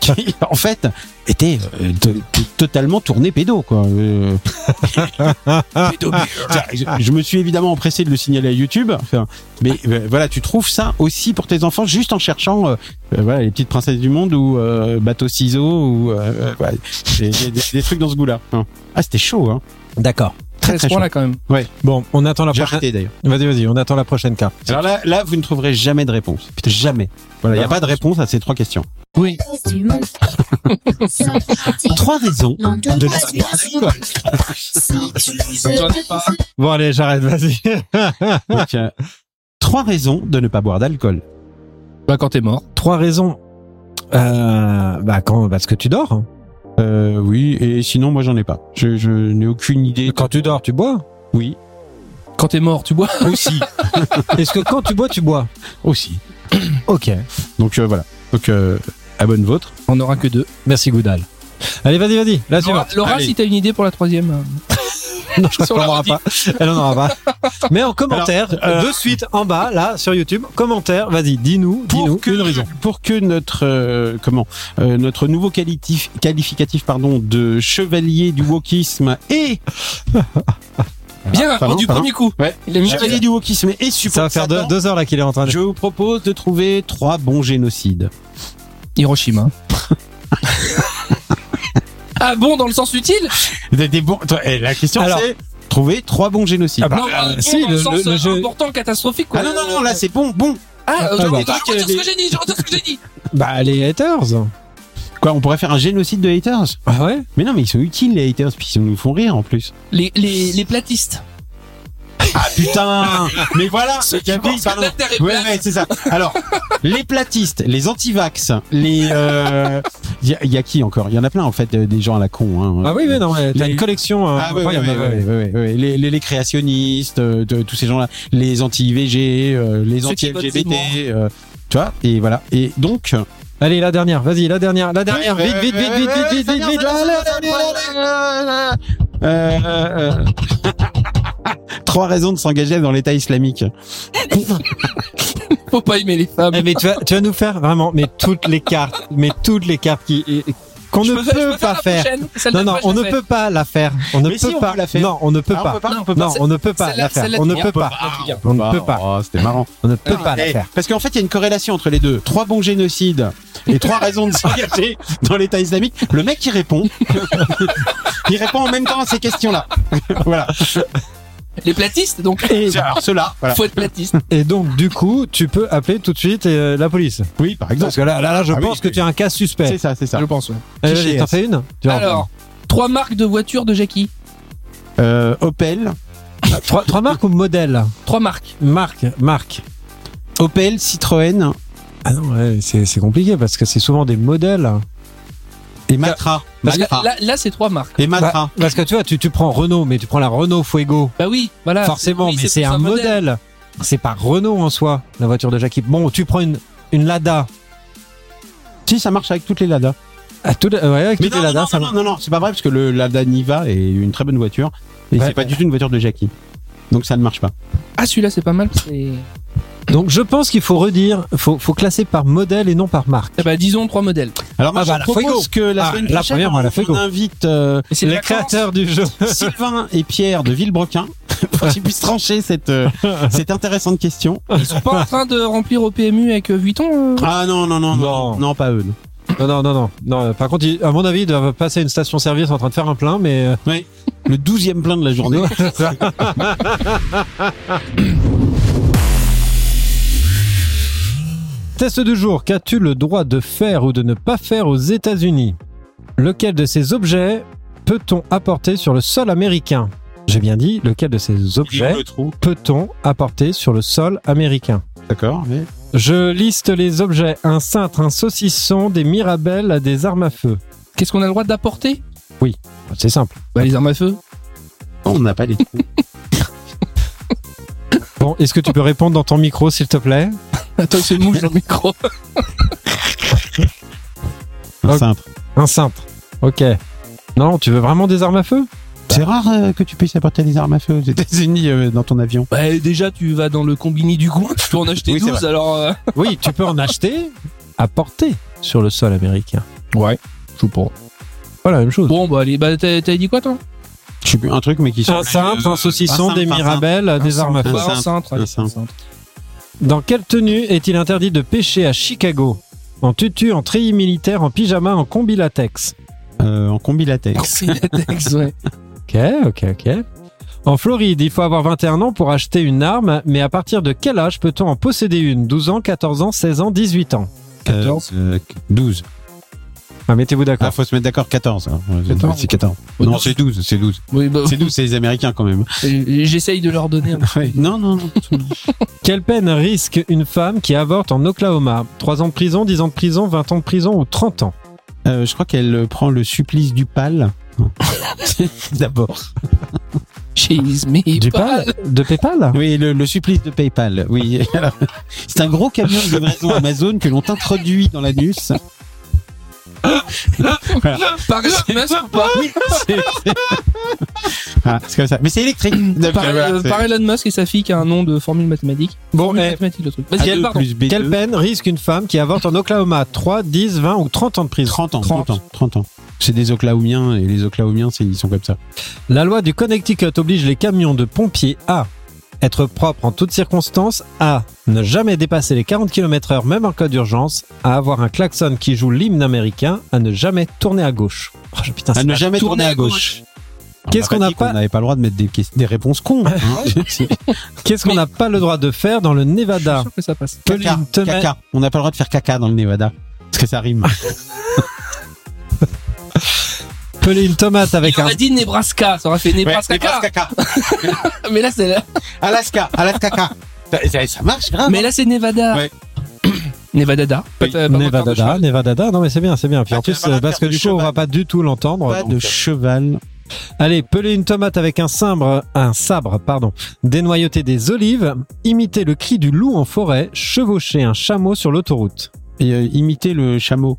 A: Qui, en fait, était euh, to- to- totalement tournée pédo. Quoi. Euh,
B: Pédo-
A: je, je me suis évidemment empressé de le signaler à YouTube. Enfin, mais euh, voilà, tu trouves ça aussi pour tes enfants juste en cherchant euh, euh, voilà, les petites princesses du monde ou euh, bateau ciseaux ou euh, euh, ouais, des, des- des- des trucs dans ce goût-là. hein. Ah, c'était chaud, hein.
C: D'accord.
A: Très très chaud.
B: là quand même.
C: Bon, on attend la
A: J'ai
C: prochaine.
A: arrêté d'ailleurs.
C: Vas-y, vas-y, on attend la prochaine carte.
A: Alors là, là, vous ne trouverez jamais de réponse. Putain, jamais. Voilà, il n'y a pas de réponse à ces trois questions.
F: cause du monde.
A: Trois raisons.
F: de Si tu
B: J'en ai pas.
C: Bon allez, j'arrête, vas-y.
A: Donc, euh, trois raisons de ne pas boire d'alcool.
B: Bah quand t'es mort.
C: Trois raisons. Euh, bah quand, parce que tu dors.
A: Euh, oui, et sinon, moi, j'en ai pas. Je, je n'ai aucune idée.
C: Quand tu dors, tu bois.
A: Oui,
B: Quand t'es mort, tu bois.
A: aussi,
C: Est-ce que quand tu bois, tu bois
A: aussi.
C: Ok.
A: Donc euh, voilà. Donc euh, à bonne vôtre.
B: On aura que deux.
C: Merci Goudal. Allez, vas-y, vas-y. La
B: Laura,
C: suivante.
B: Laura,
C: Allez.
B: si t'as une idée pour la troisième. euh,
C: non, je crois
B: Sur
C: qu'on
B: la
C: l'aura pas. Elle en aura pas. Mais en commentaire, de suite en bas, là, sur YouTube, commentaire. Vas-y, dis-nous, dis-nous
A: Pour que, pour que notre euh, comment euh, notre nouveau qualitif- qualificatif pardon de chevalier du wokisme et
C: Ah,
B: Bien,
A: pardon,
B: du
A: pardon.
B: premier coup.
A: Ouais.
B: Il a mis
A: chevalier du wokisme et support
C: Ça va faire deux,
A: Satan,
C: deux heures là qu'il est en train de.
A: Je vous propose de trouver trois bons génocides.
B: Hiroshima. ah bon, dans le sens utile
A: Des, des bons- Attends, eh, la question
C: Alors-
A: c'est trouver trois bons génocides.
C: Ah bah,
B: Non,
C: euh,
B: bon,
C: si,
B: dans
C: le-
B: le,
C: le-
B: sens
C: le jeu-
B: important, catastrophique. Quoi.
A: Ah non non non là c'est bon bon.
B: Ah, euh,
C: Ah,
B: je
C: bon.
B: retire ce que j'ai dit, je retire ce que j'ai dit.
C: Bah les haters.
A: Quoi on pourrait faire un génocide de haters
C: Ah ouais.
A: Mais non mais ils sont utiles les haters puis ils nous font rire en plus.
B: Les, les, les platistes.
A: Ah putain Mais voilà
B: Ceux qui
A: Gabi,
B: pensent que
A: pardon.
B: la Terre est
A: Ouais,
B: plate.
A: ouais, c'est ça. Alors, les platistes, les antivax, les. Il y, a- y a qui encore Il y en a plein en fait, euh, des gens à la con. Hein.
C: Ah oui, mais non, ouais, t'as
A: Les-
C: une collection. euh,
A: Ah ouais, ouais, ouais,
C: incroyable,
A: ouais,
C: ouais.
A: ouais, ouais, ouais. Les, les- les créationnistes, euh, de- tous ces gens-là, les anti-IVG, euh, les
B: Ceux qui votent
A: anti-LGBT,
B: pour moi.
A: euh, tu vois Et voilà. Et donc.
C: Allez, la dernière, vas-y, la dernière, la dernière,
A: Ouais,
C: vite,
A: ouais,
C: vite,
A: ouais,
C: vite, vite,
A: ouais,
C: vite,
A: ouais,
C: vite, vite,
A: ouais, ouais, ouais, ouais, ouais, ouais, ouais, ouais, ouais, ouais, ouais, ouais, ouais, ouais, ouais, ouais, ouais, ouais. Trois raison de s'engager dans l'État islamique.
B: Faut pas aimer les femmes.
C: Eh, Mais tu vas, tu vas nous faire vraiment, mais toutes les cartes, mais toutes les cartes qui et- et- qu'on
B: Je
C: ne
B: peux faire- je
C: peut
B: peux
C: pas
B: la
C: faire.
B: prochaine. Celle
C: Non,
B: de
C: non,
B: la
C: on ne
B: prochaine,
C: peut pas la faire. On ne
A: Mais
C: peut
A: si, on
C: pas
A: peut la faire.
C: Non, on ne peut
A: Ah, on
C: pas.
A: peut pas, on peut pas.
C: Non, on ne peut pas
B: celle-là-
C: la faire.
B: celle-là,
C: On ne
B: tu
C: peut pas. On ne peut pas.
A: Oh, c'était marrant.
C: On ne peut pas la
A: Eh,
C: faire.
A: Parce qu'en fait, il y a une corrélation entre les deux. Trois bons génocides et trois raisons de s'engager dans l'État islamique. Le mec, il répond. il répond en même temps à ces questions-là. voilà.
B: Les platistes, donc.
C: Et,
A: Alors, ceux-là, voilà.
B: Faut être platiste.
C: et donc, du coup, tu peux appeler tout de suite euh, la police.
A: Oui, par exemple.
C: Parce que là, là, là, je
A: Ah oui,
C: pense que
A: oui.
C: tu as un cas
A: C'est
C: suspect.
A: ça, c'est ça.
B: pense, ouais.
C: Allez,
A: fiché,
C: vas-y, T'en fais une Tu vas en faire
B: Alors, trois marques de voitures de Jackie.
A: Euh, Opel,
C: une. trois, trois marques ou modèles
B: Trois marques.
C: Marque, marque.
A: Opel, Citroën
C: Ah non, ouais, c'est c'est compliqué parce que c'est souvent des modèles.
A: et Matra.
B: Bah, là,
A: Matra.
B: là- là, c'est trois marques.
A: Et Matra.
C: Bah, Parce que tu vois, tu, tu prends Renault, mais tu prends la Renault Fuego.
B: Bah oui, voilà.
C: Forcément,
B: oui,
C: mais c'est
B: plus
C: un modèle. C'est pas Renault en soi, la voiture de Jackie. Bon, tu prends une, une Lada.
A: Si, ça marche avec toutes les Lada.
C: Ah, tout, euh, ouais, avec toutes les
A: non,
C: Lada,
A: non,
C: ça
A: non, non, non, c'est pas vrai parce que le Lada Niva est une très bonne voiture et
C: Ouais.
A: c'est pas du tout une voiture de Jackie. Donc ça ne marche pas.
B: Ah, celui-là, c'est pas mal. c'est-
C: Donc je pense qu'il faut redire, faut, faut classer par modèle et non par marque.
B: Ah bah, disons trois modèles.
A: Alors moi,
C: Ah bah,
A: je
C: la
A: propose
C: Fuego.
A: que la
C: Ah,
A: semaine
C: la
A: prochaine,
C: première, moi, la
A: on
C: Fuego.
A: invite euh,
B: Mais c'est les
C: Les
B: vacances.
C: créateurs du jeu.
A: Sylvain et Pierre de Villebrequin pour qu'ils puissent trancher cette, euh, cette intéressante question.
B: Ils sont pas en train de remplir au PMU avec euh, Vuitton euh
A: Ah non, non, non, non,
C: Non.
A: non, pas eux. non.
C: Non, non, non, non. non euh, par contre, ils- à mon avis, ils doivent passer à une station-service en train de faire un plein, mais... euh,
A: Le douzième plein de la journée.
C: Test du jour, qu'as-tu le droit de faire ou de ne pas faire aux États-Unis Lequel de ces objets peut-on apporter sur le sol américain J'ai bien dit, lequel de ces
A: Il est
C: objets
A: où le trou
C: peut-on apporter sur le sol américain
A: D'accord. mais-
C: Je liste les objets un cintre, un saucisson, des mirabelles, des armes à feu.
B: Qu'est-ce qu'on a le droit d'apporter
C: C'est simple.
B: Bah, les armes à feu.
A: Non, on n'a pas les trous.
C: Bon, est-ce que tu peux répondre dans ton micro, s'il te plaît
B: Attends, il se mouche dans le micro.
A: Un
C: Ok.
A: cintre.
C: Un cintre. Ok. Non, tu veux vraiment des armes à feu
A: C'est rare euh, que tu puisses apporter des armes à feu aux États-Unis euh, dans ton avion.
B: Bah, déjà, tu vas dans le combini du coin, tu peux en acheter
A: Oui, c'est
B: 12, alors. euh,
C: Oui, tu peux en acheter, apporter sur le sol américain.
B: Ouais, je sais pas.
C: Voilà, la même chose.
B: Bon, bah, allez, bah, t'as t'as dit quoi, toi
A: Je sais plus, un truc, mais qui sont-
C: Un cintre, un saucisson,
A: un
C: des
A: cintre, un
C: mirabelles, des armes à feu.
A: cintre.
B: Ouais, un cintre. ouais,
A: Un cintre.
B: un cintre.
C: Dans quelle tenue est-il interdit de pêcher à Chicago En tutu, en treillis militaire, en pyjama, en combi latex.
A: euh, en combi latex.
B: Oh, C'est latex, ouais.
C: Ok, ok, ok. En Floride, il faut avoir 21 ans pour acheter une arme, mais à partir de quel âge peut-on en posséder une 12 ans, 14 ans, 16 ans, 18 ans
A: Euh, euh, 12.
C: Ah, Mettez-vous
A: Ah,
C: d'accord.
A: faut se mettre d'accord, 14. hein. Ouais,
B: 14.
A: C'est 14.
B: Oh,
A: Non,
B: non.
A: c'est 12, c'est 12.
B: Oui, bah,
A: C'est 12, c'est les Américains quand même.
B: euh, j'essaye de leur donner un
A: Ouais. Non, non, non.
C: Quelle peine risque une femme qui avorte en Oklahoma 3 ans de prison, 10 ans de prison, 20 ans de prison ou 30 ans
A: Euh, je crois qu'elle euh, prend le supplice du pal. D'abord.
B: cheese, mais.
C: Du
B: pas-
C: pal De PayPal
A: Oui, le, le supplice de PayPal. Oui. Alors, C'est un gros camion de livraison Amazon que l'on introduit dans l'anus.
B: Par SMS ou pas
A: Ah, c'est comme ça. Mais c'est électrique.
B: Par,
A: Voilà,
B: euh,
A: c'est-
B: par Elon Musk et sa fille qui a un nom de formule mathématique.
C: Bon,
B: Formule
C: eh,
B: mathématique, le truc.
A: A2
B: Vas-y, hein. pardon.
A: plus B2,
C: Quelle peine risque une femme qui avorte en Oklahoma 3, 10, 20 ou 30 ans de prison
A: 30 ans. 30 ans. 30 ans. C'est des Oklahomiens et les Oklahomiens, c'est- ils sont comme ça.
C: La loi du Connecticut oblige les camions de pompiers à être propres en toutes circonstances, à ne jamais dépasser les 40 km/h même en cas d'urgence, à avoir un klaxon qui joue l'hymne américain, à ne jamais tourner à gauche. Oh, je- putain,
A: À
C: c'est-
A: ne jamais
B: tourner
A: tourner
B: à
A: à gauche.
C: Qu'est-ce qu'on n'a
A: dit
C: pas- Ah
A: On n'avait pas le droit de mettre des, ques- des réponses cons. hein. C'est-
C: Qu'est-ce qu'on n'a pas le droit de faire dans le
B: Je suis
C: Nevada
B: sûr que ça passe.
C: Que
A: caca,
C: l'une te met-
A: caca. On n'a pas le droit de faire caca dans le Nevada. Parce que ça rime.
C: Peler une tomate avec
B: Il
C: un...
B: aurait dit Nebraska, ça aurait fait
A: Ouais,
B: Nebraska.
A: Nebraska.
B: mais là, c'est
A: Alaska. Alaska. Ça- ça- Ça marche grave.
B: mais là, c'est Nevada.
A: Ouais.
B: Nevada.
A: Oui,
C: Nevada, Nevada, non mais c'est bien, c'est bien. Puis
A: Ah,
C: en
A: tu
C: plus,
A: vas pas
C: euh, parce que
A: faire de
C: du coup, on va
A: cheval.
C: pas du tout l'entendre.
A: Pas
C: donc, euh,
A: de cheval.
C: Allez, peler une tomate avec un sabre, un sabre, pardon, dénoyauter des olives, imiter le cri du loup en forêt, chevaucher un chameau sur l'autoroute.
A: Et euh, imiter le chameau.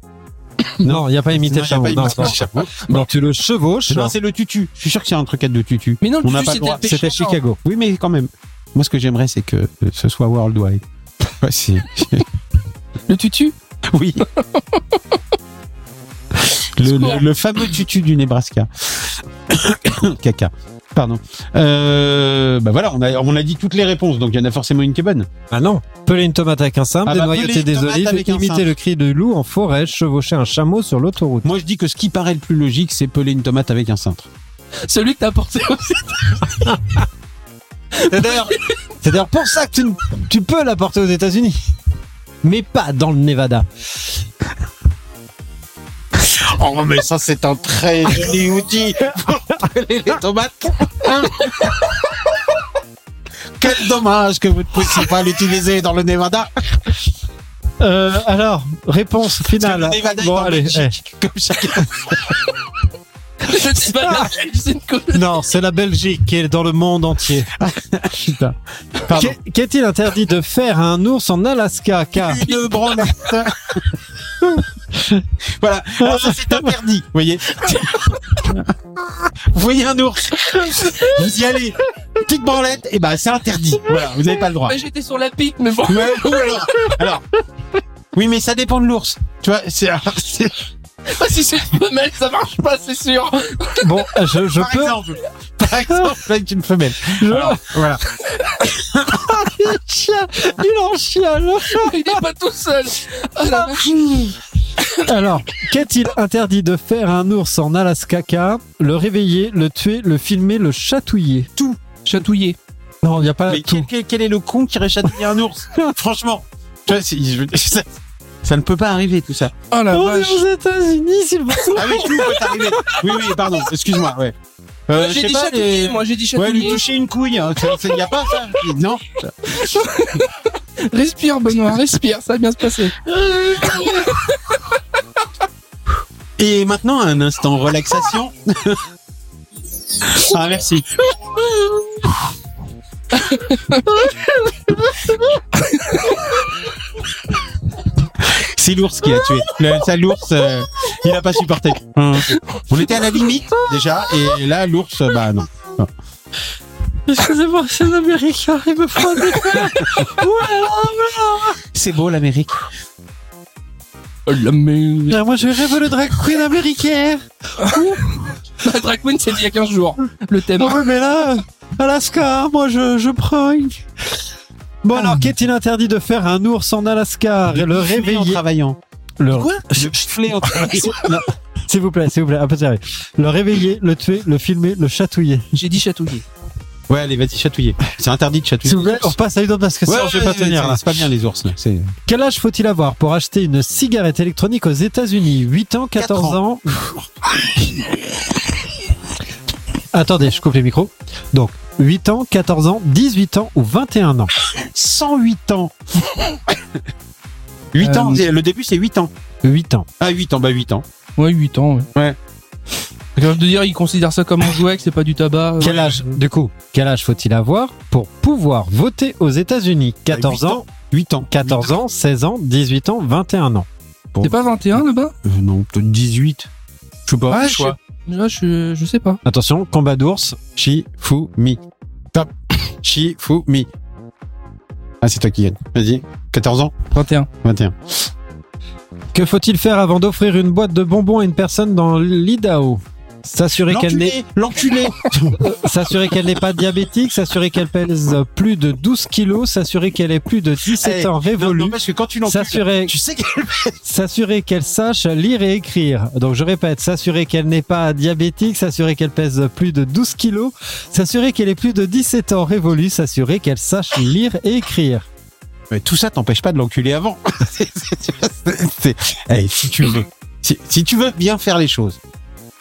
C: Non, il n'y a pas imité
A: Non,
C: le
A: y a
C: chameau.
A: pas
C: Non,
A: imiter
C: non.
A: le chameau.
C: Non, tu le chevauches.
A: Non, c'est le tutu. Je suis sûr qu'il y a un truc à de tutu.
B: Mais non,
A: On n'a
B: tu
A: pas
B: sais,
A: le droit.
B: t'es
C: C'était
B: péchant.
C: Chicago.
A: Oui, mais quand même. Moi, ce que j'aimerais, c'est que euh, ce soit worldwide. Ouais, c'est-
B: Le tutu
A: oui. le,
B: Secours.
A: le- le fameux tutu du Nebraska. Caca. Pardon. Euh, bah voilà, on a, on a dit toutes les réponses, donc il y en a forcément une qui est bonne.
C: Ah non. Peler une tomate avec un sabre,
A: Ah bah, peler
C: dénoyauter
A: une
C: des
A: tomate
C: olives,
A: avec un
C: imiter
A: sabre.
C: le cri du loup en forêt, chevaucher un chameau sur l'autoroute.
A: Moi, je dis que ce qui paraît le plus logique, c'est peler une tomate avec un cintre.
B: Celui que t'as apporté aussi.
C: C'est d'ailleurs c'est d'ailleurs pour
A: Ah,
C: ça que tu, ne- tu peux l'apporter aux États-Unis. Mais pas dans le Nevada.
A: Oh, mais ça, c'est un très joli outil pour peler les tomates. Quel dommage que vous ne puissiez pas l'utiliser dans le Nevada.
C: Euh, alors, réponse finale.
A: Parce que le Nevada est
C: bon,
A: en
C: allez.
A: Belgique, comme chacun.
B: C'est pas
A: Ah.
B: la c'est une cause.
C: eh. Non, c'est la Belgique qui est dans le monde entier.
A: Putain. Pardon.
C: Qu'est- Qu'est-il interdit de faire à un ours en Alaska car
A: Une branlette. voilà. Alors, Ah, ça, c'est interdit. Vous voyez Vous voyez un ours Vous y allez. Petite branlette. Et ben, c'est interdit. Voilà. Vous n'avez pas le droit.
B: Ouais, J'étais sur la pique, mais bon.
A: Ouais, ou alors, alors. Oui, mais ça dépend de l'ours. Tu vois, c'est. c'est-
B: si c'est une femelle, ça marche pas, c'est sûr.
C: bon je, je
A: par
C: peux
A: exemple. Par exemple, avec une femelle.
C: je- Ah,
A: Alors, voilà.
C: il chie- il en chiale
B: Il est pas tout seul. Ah, la vache.
C: alors qu'est-il interdit de faire à un ours en Alaska car le réveiller le tuer le filmer le chatouiller
B: Chatouillé.
C: non il n'y a pas
A: Mais
C: tout
A: quel, quel- quel est le con qui réchatouille un ours Franchement. Tu vois, c'est- je veux dire, ça, ça ne peut pas arriver tout ça.
B: Oh la
C: on est
B: vache.
C: aux États-Unis s'il vous plaît
A: Ah oui, tout peut arriver. Oui, oui, pardon. Excuse-moi. Ouais. Euh,
B: Moi,
A: je
B: j'ai
A: sais
B: dit
A: pas,
B: chatouiller,
A: les-
B: moi, j'ai dit
A: Ouais, lui
B: chatouiller.
A: toucher une couille, hein. il n'y a pas ça Non.
B: Respire, Benoît, respire, ça va bien se passer.
A: Et maintenant, un instant relaxation. ah, merci. C'est l'ours qui a tué. Le sale ours, euh, il a pas supporté. Hein. On était à la limite déjà, et là, l'ours, bah non.
C: Excusez-moi, ces Américains, ils me font des
A: C'est beau l'Amérique.
B: La merde.
C: Moi, je rêve le drag queen américaine.
B: Drag Queen, c'est d'il y a 15 jours. Le thème.
C: Non, mais là, Alaska, moi, je, je prends. une- Bon, alors, qu'est-il interdit de faire à un ours en
A: Ah,
C: Alaska Le
A: en
C: réveiller.
A: travaillant.
C: Le...
B: Quoi
A: Je flais en travaillant.
C: Non, S'il vous plaît, s'il vous plaît, un peu de sérieux. Le réveiller, le tuer, le filmer, le chatouiller.
B: J'ai dit chatouiller.
A: Ouais, allez, vas-y, chatouiller. C'est interdit de chatouiller.
C: S'il vous plaît, on passe à une autre parce que
A: Ouais,
C: sinon je vais
A: ouais,
C: pas tenir
A: c'est-
C: là.
A: C'est pas bien les ours là. C'est-
C: Quel âge faut-il avoir pour acheter une cigarette électronique aux États-Unis 8 ans, 14
A: Quatre
C: ans. Attendez, je coupe les micros. Donc, 8 ans, 14 ans, 18 ans ou 21 ans
A: 108 ans. 8 ans,
B: Euh,
A: c'est- le début c'est 8 ans.
C: 8 ans.
A: Ah 8 ans, bah 8 ans.
B: Ouais, 8 ans, ouais.
A: Ouais.
B: C'est Quand même de dire, ils considèrent ça comme un jouet, que c'est pas du tabac. euh.
C: Quel âge, du coup, quel âge faut-il avoir pour pouvoir voter aux États-Unis 14
A: Bah, Huit 8 ans.
C: ans, 14 ans, 16 ans, 18 ans, 21 ans.
B: C'est pas 21 là-bas
A: Euh, non, peut-être 18. Je sais pas.
B: Ouais, je sais. Là, je, je sais pas.
C: Ah, Attention, combat d'ours.
A: Shifumi. Top. Shifumi. Ah c'est toi qui gagne. Vas-y. 14 ans
B: 21.
A: 21.
C: Que faut-il faire avant d'offrir une boîte de bonbons à une personne dans l'Idaho S'assurer qu'elle n'est
A: L'enculé L'enculé
C: S'assurer qu'elle n'est pas diabétique, s'assurer qu'elle pèse plus de 12 kilos, s'assurer qu'elle ait plus de 17
A: Eh,
C: ans
A: non, non,
C: révolus,
A: parce que quand tu l'encules,
C: s'assurer
A: tu sais que
C: s'assurer qu'elle sache lire et écrire. Donc je répète, s'assurer qu'elle n'est pas diabétique, s'assurer qu'elle pèse plus de 12 kilos, s'assurer qu'elle ait plus de 17 ans révolus, s'assurer qu'elle sache lire et écrire.
A: Mais tout ça t'empêche pas de l'enculer avant. C'est- c'est- c'est- Eh, si tu veux. Si, si tu veux bien faire les choses.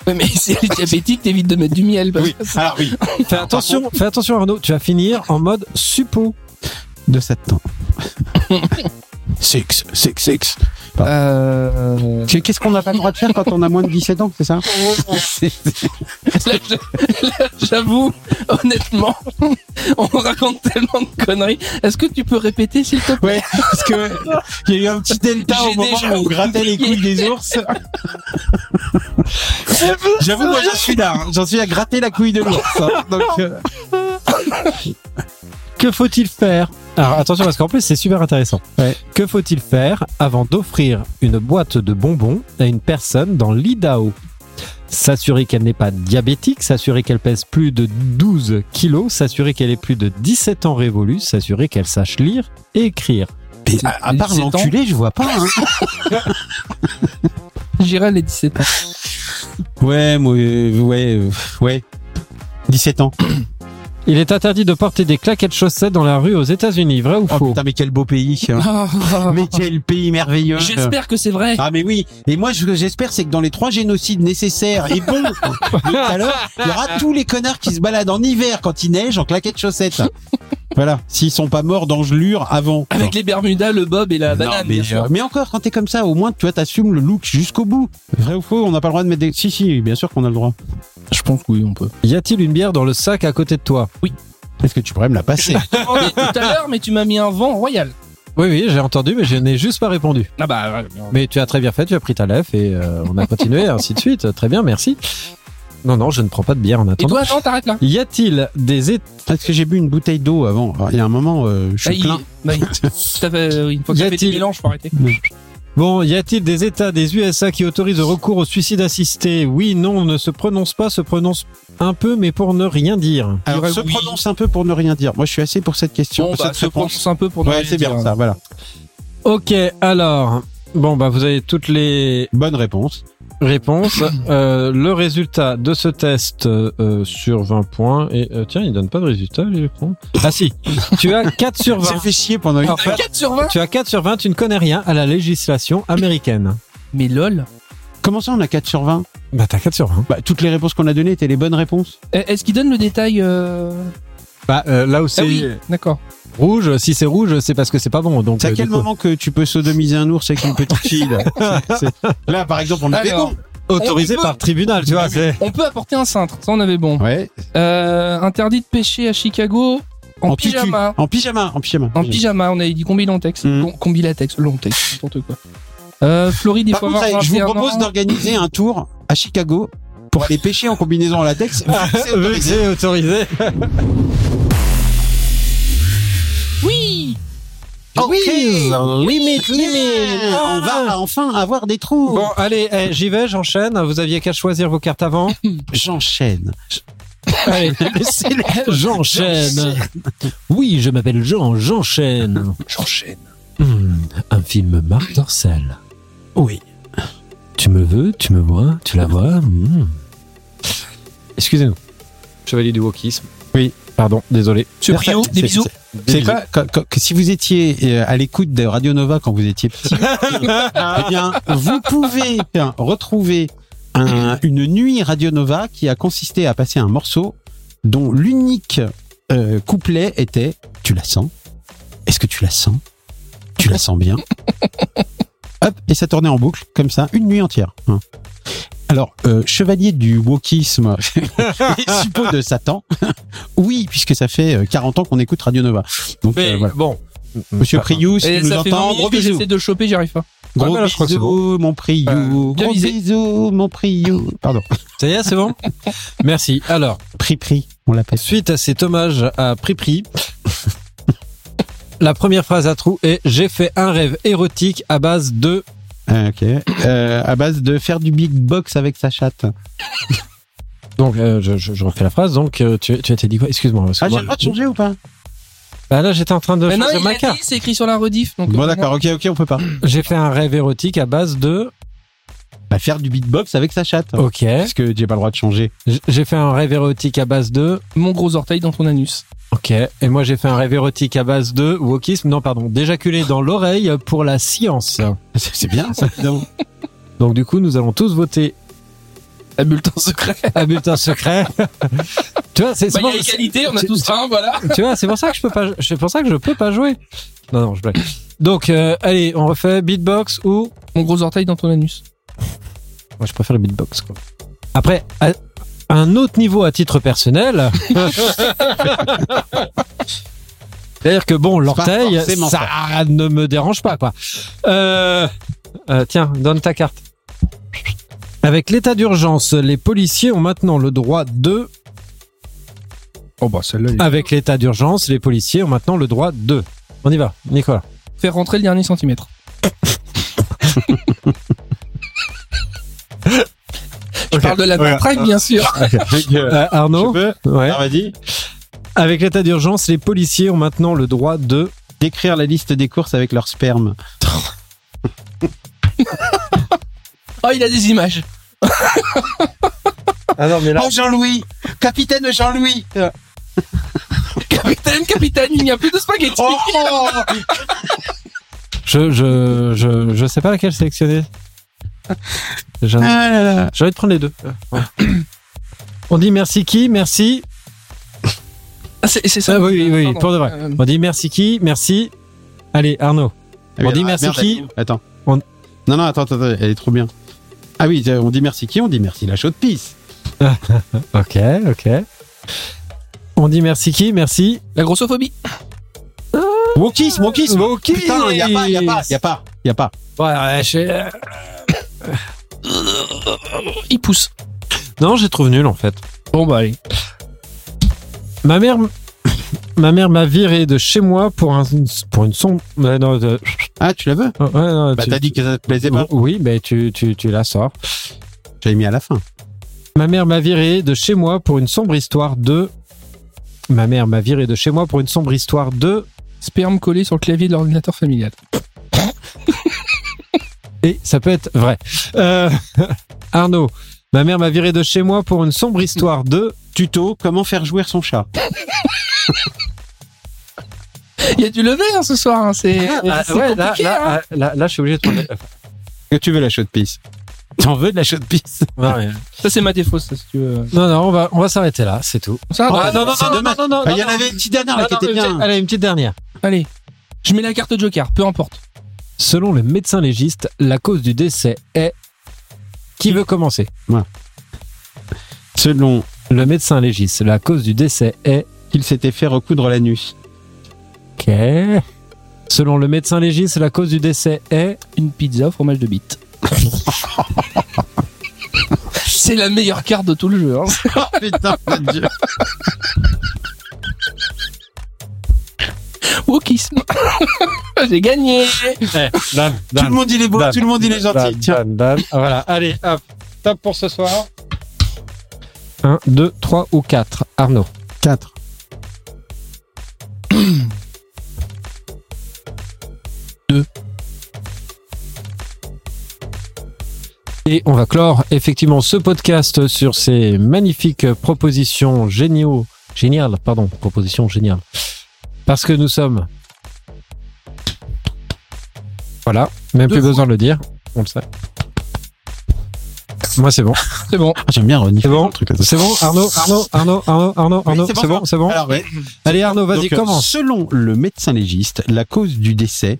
B: Ouais, mais si elle est diabétique, t'évites de mettre du miel. parce
A: Oui.
B: que ça-
A: Alors Ah oui.
C: Fais attention, fais attention Arnaud, tu vas finir en mode suppo.
A: De 7 ans. Sex, sex, sex.
B: Euh...
A: Que- Qu'est-ce qu'on n'a pas le droit de faire quand on a moins de 17 ans, c'est ça C'est-
B: Là, je- là, j'avoue, honnêtement, on raconte tellement de conneries. Est-ce que tu peux répéter, s'il te plaît
A: Ouais, parce que il y a eu un petit delta au
B: J'ai
A: moment
B: déjà
A: où on grattait les couilles des ours. J'avoue, moi j'en suis là, hein. j'en suis à gratter la couille de l'ours. hein. Donc, euh,
C: Que faut-il faire Alors attention parce qu'en plus c'est super intéressant.
A: Ouais.
C: Que faut-il faire avant d'offrir une boîte de bonbons à une personne dans l'Idaho S'assurer qu'elle n'est pas diabétique, s'assurer qu'elle pèse plus de 12 kilos, s'assurer qu'elle ait plus de 17 ans révolus, s'assurer qu'elle sache lire et écrire.
A: mais à, à part
B: 17 ans.
A: l'enculé, je vois pas. hein.
B: J'irai les 17 ans.
A: Ouais, moi, euh, ouais, euh, ouais. 17 ans.
C: Il est interdit de porter des claquettes chaussettes dans la rue aux États-Unis, vrai ou
A: Oh
C: faux
A: putain, mais quel beau pays. hein. Mais quel pays merveilleux.
B: Oh. J'espère que c'est vrai.
A: Ah mais oui, et moi ce que j'espère c'est que dans les trois génocides nécessaires et bons de tout à l'heure, il y aura tous les connards qui se baladent en hiver quand il neige en claquettes chaussettes. Voilà, s'ils sont pas morts d'engelure avant.
B: Avec les Bermudas, le Bob et la
A: Ah, Non,
B: banane. bien
A: mais,
B: sûr.
A: euh, mais encore, quand t'es comme ça, au moins tu vois, t'assumes le look jusqu'au bout. Vrai ou faux, on n'a pas le droit de mettre des... Si, si, bien sûr qu'on a le droit.
B: Je pense que oui, on peut.
C: Y a-t-il une bière dans le sac à côté de toi
A: Est-ce que tu pourrais me la passer
B: Oh, mais tout à l'heure, mais tu m'as mis un vent royal.
C: Oui, oui, j'ai entendu, mais je n'ai juste pas répondu.
B: Ah bah, ouais,
C: Mais tu as très bien fait, tu as pris ta lèvre et euh, on a continué, ainsi de suite. Très bien, merci. Non, non, je ne prends pas de bière en
B: Et
C: attendant.
B: toi, attends, t'arrêtes là.
C: Y a-t-il des états
A: Parce que j'ai bu une bouteille d'eau avant. Alors, Il y a un moment, euh, je
B: Ah,
A: suis
B: il-
A: plein.
B: bah, il- t'as fait- euh, une fois que
C: Y
B: t'as fait
C: a-t-il-
B: des mélanges, faut arrêter.
C: Bon, y a-t-il des États des USA qui autorisent le recours au suicide assisté Oui, non, ne se prononce pas, se prononce un peu, mais pour ne rien dire.
A: Alors,
B: dirais
A: se
B: oui.
A: prononce un peu pour ne rien dire. Moi, je suis assez pour cette question.
B: Bon,
A: cette
B: bah, se
A: réponse.
B: prononce un peu pour ne
A: Ouais,
B: rien
A: c'est bien
B: dire.
A: ça, voilà.
C: Ok, alors. Bon, bah, vous avez toutes les
A: Bonne réponse.
C: réponses. Euh, le résultat de ce test euh, sur 20 points. Et euh, tiens, il donne pas de résultat, les cons. Ah si, tu as 4 sur 20.
A: J'ai fait chier pendant une
B: Alors, 4 sur 20
C: Tu as 4 sur 20, tu ne connais rien à la législation américaine.
B: Mais lol.
A: Comment ça, on a 4 sur 20
C: Bah t'as 4 sur 20.
A: Bah, toutes les réponses qu'on a données étaient les bonnes réponses.
B: Eh, Est-ce qu'il donne le détail euh,
C: Bah euh, là où c'est
B: Ah oui, d'accord.
C: rouge, si c'est rouge, c'est parce que c'est pas bon. Donc
A: C'est à
C: euh,
A: quel
C: du coup-
A: moment que tu peux sodomiser un ours avec une petite fille là C'est- c'est- Là, par exemple, on avait
B: Alors,
A: bon.
C: autorisé
B: on peut-
C: par tribunal, tu vois, c'est
B: On peut apporter un cintre, ça on avait bon.
A: Ouais.
B: Euh, interdit de pêcher à Chicago en,
A: tutu.
B: pyjama.
A: En pyjama. En pyjama.
B: En pyjama, on avait dit combi latex.
A: Mm.
B: Bon, combi latex, long texte, n'importe quoi. Euh, Floride, il
A: Par
B: faut
A: contre,
B: avoir
A: allez, je vous
B: 21
A: propose
B: ans.
A: d'organiser un tour à Chicago pour aller pêcher en combinaison en latex.
B: Ah,
A: C'est
C: Vu que
A: autorisé.
C: c'est autorisé.
B: Oui
A: Oui.
C: limite, limite.
A: On
B: Ah.
A: va enfin avoir des trous.
C: Bon, allez, eh, j'y vais, j'enchaîne. Vous aviez qu'à choisir vos cartes avant.
A: J'enchaîne.
C: Allez, j'enchaîne. Oui, je m'appelle Jean, j'enchaîne.
B: J'enchaîne.
C: Hmm, un film Marc Dorcel.
A: Oui.
C: Tu me veux, tu me vois, tu la vois. hmm. Excusez-nous. Chevalier du wokisme. Oui, pardon, désolé.
B: Suprio,
A: Perfect.
B: des
A: C'est-
B: bisous.
A: C'est quoi que, que- que si vous étiez euh, à l'écoute de Radio Nova quand vous étiez petit, eh bien, vous pouvez euh, retrouver un- une nuit Radio Nova qui a consisté à passer un morceau dont l'unique euh, couplet était Tu la sens Est-ce que tu la sens Tu la sens bien Hop, et ça tournait en boucle comme ça une nuit entière. hein. Alors, euh, chevalier du wokisme et suppôt de Satan, oui, puisque ça fait euh, 40 ans qu'on écoute Radio Nova. Donc,
C: Mais
A: euh, voilà.
C: bon.
A: Monsieur Priou, si
B: Et
A: tu nous
B: ça fait 20
A: entends,
B: minutes
A: gros
B: que
A: bisous.
B: j'essaie de choper, j'y arrive pas.
A: Gros
C: Ouais, là, je crois que c'est
A: bisous, mon Priou.
B: bien
A: gros
B: visé.
A: bisous, mon Priou. Pardon.
C: Ça y est, c'est bon Merci. Alors,
A: Pri-Pri, on l'appelle.
C: suite à cet hommage à Pripri, la première phrase à trous est J'ai fait un rêve érotique à base de.
A: Ah, ok. Euh, à base de faire du big box avec sa chatte.
C: Donc, euh, je, je- je refais la phrase. Donc, euh, tu, tu as dit quoi Excuse-moi. parce que
A: Ah, j'ai
C: moi-
A: le droit de changer ou pas
C: Bah là, j'étais en train de
B: Mais non,
C: changer
B: il
C: ma
B: a
C: carte.
B: dit, c'est écrit sur la rediff. Donc,
A: Bon,
B: euh,
A: d'accord, ok, ok, on peut pas.
C: J'ai fait un rêve érotique à base de.
A: Bah, faire du beatbox avec sa chatte.
C: Ok.
A: Parce que j'ai pas le droit de changer.
C: J- J'ai fait un rêve érotique à base de.
B: Mon gros orteil dans ton anus.
C: Ok. Et moi, j'ai fait un rêve érotique à base de. Wokisme. Non, pardon. D'éjaculer dans l'oreille pour la science.
A: C'est c'est bien, ça, évidemment.
C: Donc, du coup, nous allons tous voter
B: La bulletin secret.
C: à bulletin secret. tu vois, c'est
B: Bah, il y
C: c'est pour-
B: a égalité, on a
C: c'est-
B: tous un, voilà.
C: tu vois, c'est pour ça que je peux pas. C'est pour ça que je peux pas jouer. Non, non, je blague. Donc, euh, allez, on refait beatbox ou.
B: Mon gros orteil dans ton anus.
C: Moi, je préfère le beatbox. Quoi. Après, à un autre niveau à titre personnel. C'est-à-dire que bon, l'orteil,
A: forcément
C: ça, ne me dérange pas, quoi. Euh, euh, tiens, donne ta carte. Avec l'état d'urgence, les policiers ont maintenant le droit de.
B: Oh, bah, celle-là.
C: Avec l'état d'urgence, les policiers ont maintenant le droit de. On y va, Nicolas.
B: Faire rentrer le dernier centimètre. Je parle de la contracte, bien sûr.
C: Euh, Arnaud.
A: peux
C: Ouais.
A: vas-y.
C: Avec l'état d'urgence, les policiers ont maintenant le droit de.
A: D'écrire la liste des courses avec leur sperme.
B: Oh, il a des images.
C: Ah non, mais
A: Oh, Jean-Louis Capitaine Jean-Louis
B: Capitaine, capitaine, il n'y a plus de spaghettis.
A: Oh, oh
C: Je, je, je, je sais pas laquelle sélectionner. J'en-
A: Ah là là.
C: J'ai envie de prendre les deux. On dit merci qui Merci.
B: Ah, c'est c'est ça.
C: Ah oui, oui, oui,
B: Pardon.
C: pour de vrai.
B: Euh,
C: On dit merci qui Merci. Allez, Arnaud. On dit
A: Ah,
C: merci
A: merde,
C: qui
A: Attends.
C: On-
A: Non, non, attends, attends, elle est trop bien. Ah oui, on dit merci qui On dit merci la chaude pisse.
C: Ok, ok. On dit merci qui Merci.
B: La grossophobie.
A: Wokisme, wokisme
C: Wokisme.
A: Putain, y a pas, y a pas, Ah, y a pas, y a pas.
C: Ouais, ouais, je-
B: Il pousse.
C: Non, j'ai trouvé nul en fait.
B: Bon, bah, allez.
C: Ma mère. m- Ma mère m'a viré de chez moi pour, un, pour une sombre. Ouais, non, de-
A: Ah, tu la veux
C: ouais, non,
A: Bah,
C: tu-
A: t'as dit que ça te plaisait pas.
C: Oui, mais tu, tu, tu la sors.
A: J'avais mis à la fin.
C: Ma mère m'a viré de chez moi pour une sombre histoire de. Ma mère m'a viré de chez moi pour une sombre histoire de.
B: Sperme collé sur le clavier de l'ordinateur familial.
C: Et ça peut être vrai. Euh, Arnaud, ma mère m'a viré de chez moi pour une sombre histoire de.
A: Tuto, comment faire jouer son chat
B: Il y a du lever hein, ce soir. hein, C'est
C: Ah,
B: c'est
C: ouais, là,
B: compliqué, hein.
C: là, ah, là, là, je suis obligé de prendre.
A: Que tu veux la chaude pisse T'en veux de la chaude pisse
C: Non, mais-
B: Ça, c'est ma défausse, ça, si tu veux.
C: non, non, on va, on va s'arrêter là, c'est tout.
B: Ça, bah,
C: Ah,
B: attends,
C: non, non,
A: c'est
C: non,
A: dommage.
C: non, non,
A: Ah, Il y
C: non,
A: en avait une petite dernière là,
B: Ah,
A: qui
B: non,
A: était
B: mais
A: bien.
C: Allez, une petite dernière.
B: Allez. Je mets la carte de Joker, peu importe.
C: Selon le médecin légiste, la cause du décès est... Qui veut commencer
A: Selon
C: Le médecin légiste, la cause du décès est...
A: qu'il s'était fait recoudre la nuit.
C: Ok. Selon le médecin légiste, la cause du décès est...
B: Une pizza au fromage de bite. c'est la meilleure carte de tout le jeu. hein.
A: Oh, Putain, mon dieu.
B: Wokisme. J'ai gagné.
A: Tout le monde il est beau,
C: Dame.
A: tout le monde il est gentil. Tiens.
C: Voilà, allez, hop. Top pour ce soir. 1, 2, 3 ou 4. Arnaud.
A: 4.
C: Et on va clore effectivement ce podcast sur ces magnifiques propositions géniaux, géniales, pardon, propositions géniales. Parce que nous sommes. Voilà, même
B: Deux
C: plus besoin de le dire, on le sait. Moi c'est bon,
B: C'est bon.
A: Ah, J'aime bien renifler
C: C'est bon.
A: un truc comme ça.
C: c'est bon, Arnaud, Arnaud, Arnaud, Arnaud, Arnaud,
A: Oui,
C: Arnaud,
A: c'est bon,
C: c'est
A: ça.
C: bon, c'est bon.
A: Alors, ouais.
C: Allez Arnaud, vas-y
A: Donc, euh,
C: commence.
A: Selon le médecin légiste, la cause du décès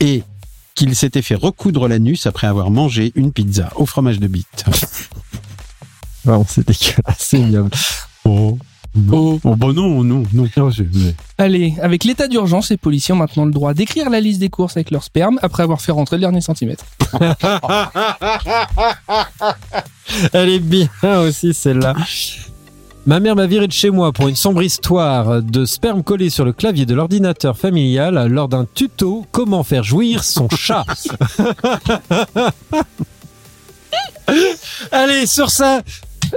A: est qu'il s'était fait recoudre l'anus après avoir mangé une pizza au fromage de bite.
C: Vraiment, c'est dégueulasse, c'est ignoble.
A: Oh.
B: Oh.
A: Oh, bah non, non, non.
B: Allez, avec l'état d'urgence, les policiers ont maintenant le droit d'écrire la liste des courses avec leur sperme après avoir fait rentrer le dernier centimètre.
C: Elle est bien aussi celle-là. Ma mère m'a viré de chez moi pour une sombre histoire de sperme collé sur le clavier de l'ordinateur familial lors d'un tuto comment faire jouir son chat. Allez, sur ça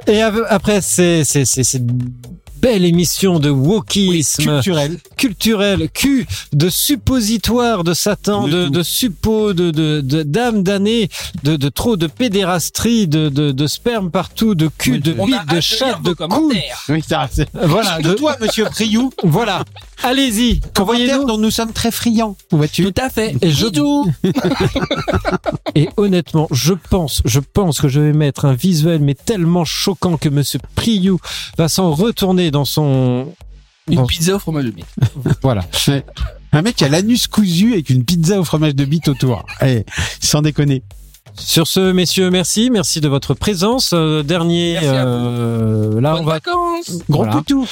C: Et av- après, c'est c'est- c'est- cette belle émission de wokisme
A: Culturel.
C: culturel, cul, de suppositoire de Satan,
A: De
C: de,
A: tout.
C: de suppos, de, de, de d'âme d'année, de, de trop de pédérastrie, de, de, de sperme partout, de cul, de
B: On a
C: bite,
B: hâte
C: de
B: lire
C: chat,
B: vos
C: de couille.
B: commentaires.
A: Oui, ça, c'est.
C: Voilà, de-
A: toi, monsieur Priou,
C: voilà. Allez-y,
A: commentaire
C: envoyez-nous.
A: dont nous sommes très friands. Vois-tu
B: Tout à fait.
C: Et je-
B: Bisous.
C: Et honnêtement, je pense, je pense que je vais mettre un visuel mais tellement choquant que Monsieur Priou va s'en retourner dans son
B: Une
C: Bon.
B: pizza au fromage de bite.
C: voilà.
A: Un mec qui a l'anus cousu avec une pizza au fromage de bite autour. Allez, sans déconner.
C: Sur ce, messieurs, merci, merci de votre présence. Euh, dernier,
B: Merci à vous.
C: euh, là, on
B: Bonnes
C: va
B: vacances.
C: Gros
A: Voilà.
C: poutou.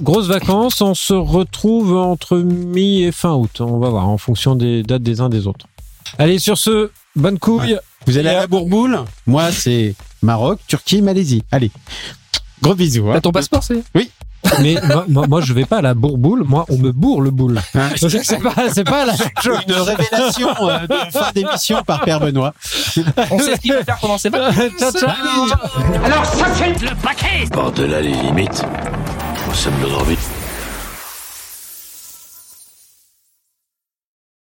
C: Grosses vacances, on se retrouve entre mi et fin août. On va voir en fonction des dates des uns des autres. Allez, sur ce, bonne couille.
A: Vous allez à
C: Yeah.
A: la bourboule euh, Moi, c'est Maroc, Turquie, Malaisie. Allez. Gros bisous. hein.
B: T'as ton passeport, c'est
C: Mais moi, moi, moi, je vais pas à la bourboule. Moi, on me bourre le boule. C'est pas, c'est pas la même chose.
A: Une révélation euh, de fin d'émission par Père Benoît.
B: On sait ce qu'il va faire pendant ses vacances.
C: Ciao, ciao.
D: Alors ça, c'est le paquet
G: Par-delà les limites, nous sommes le grand but.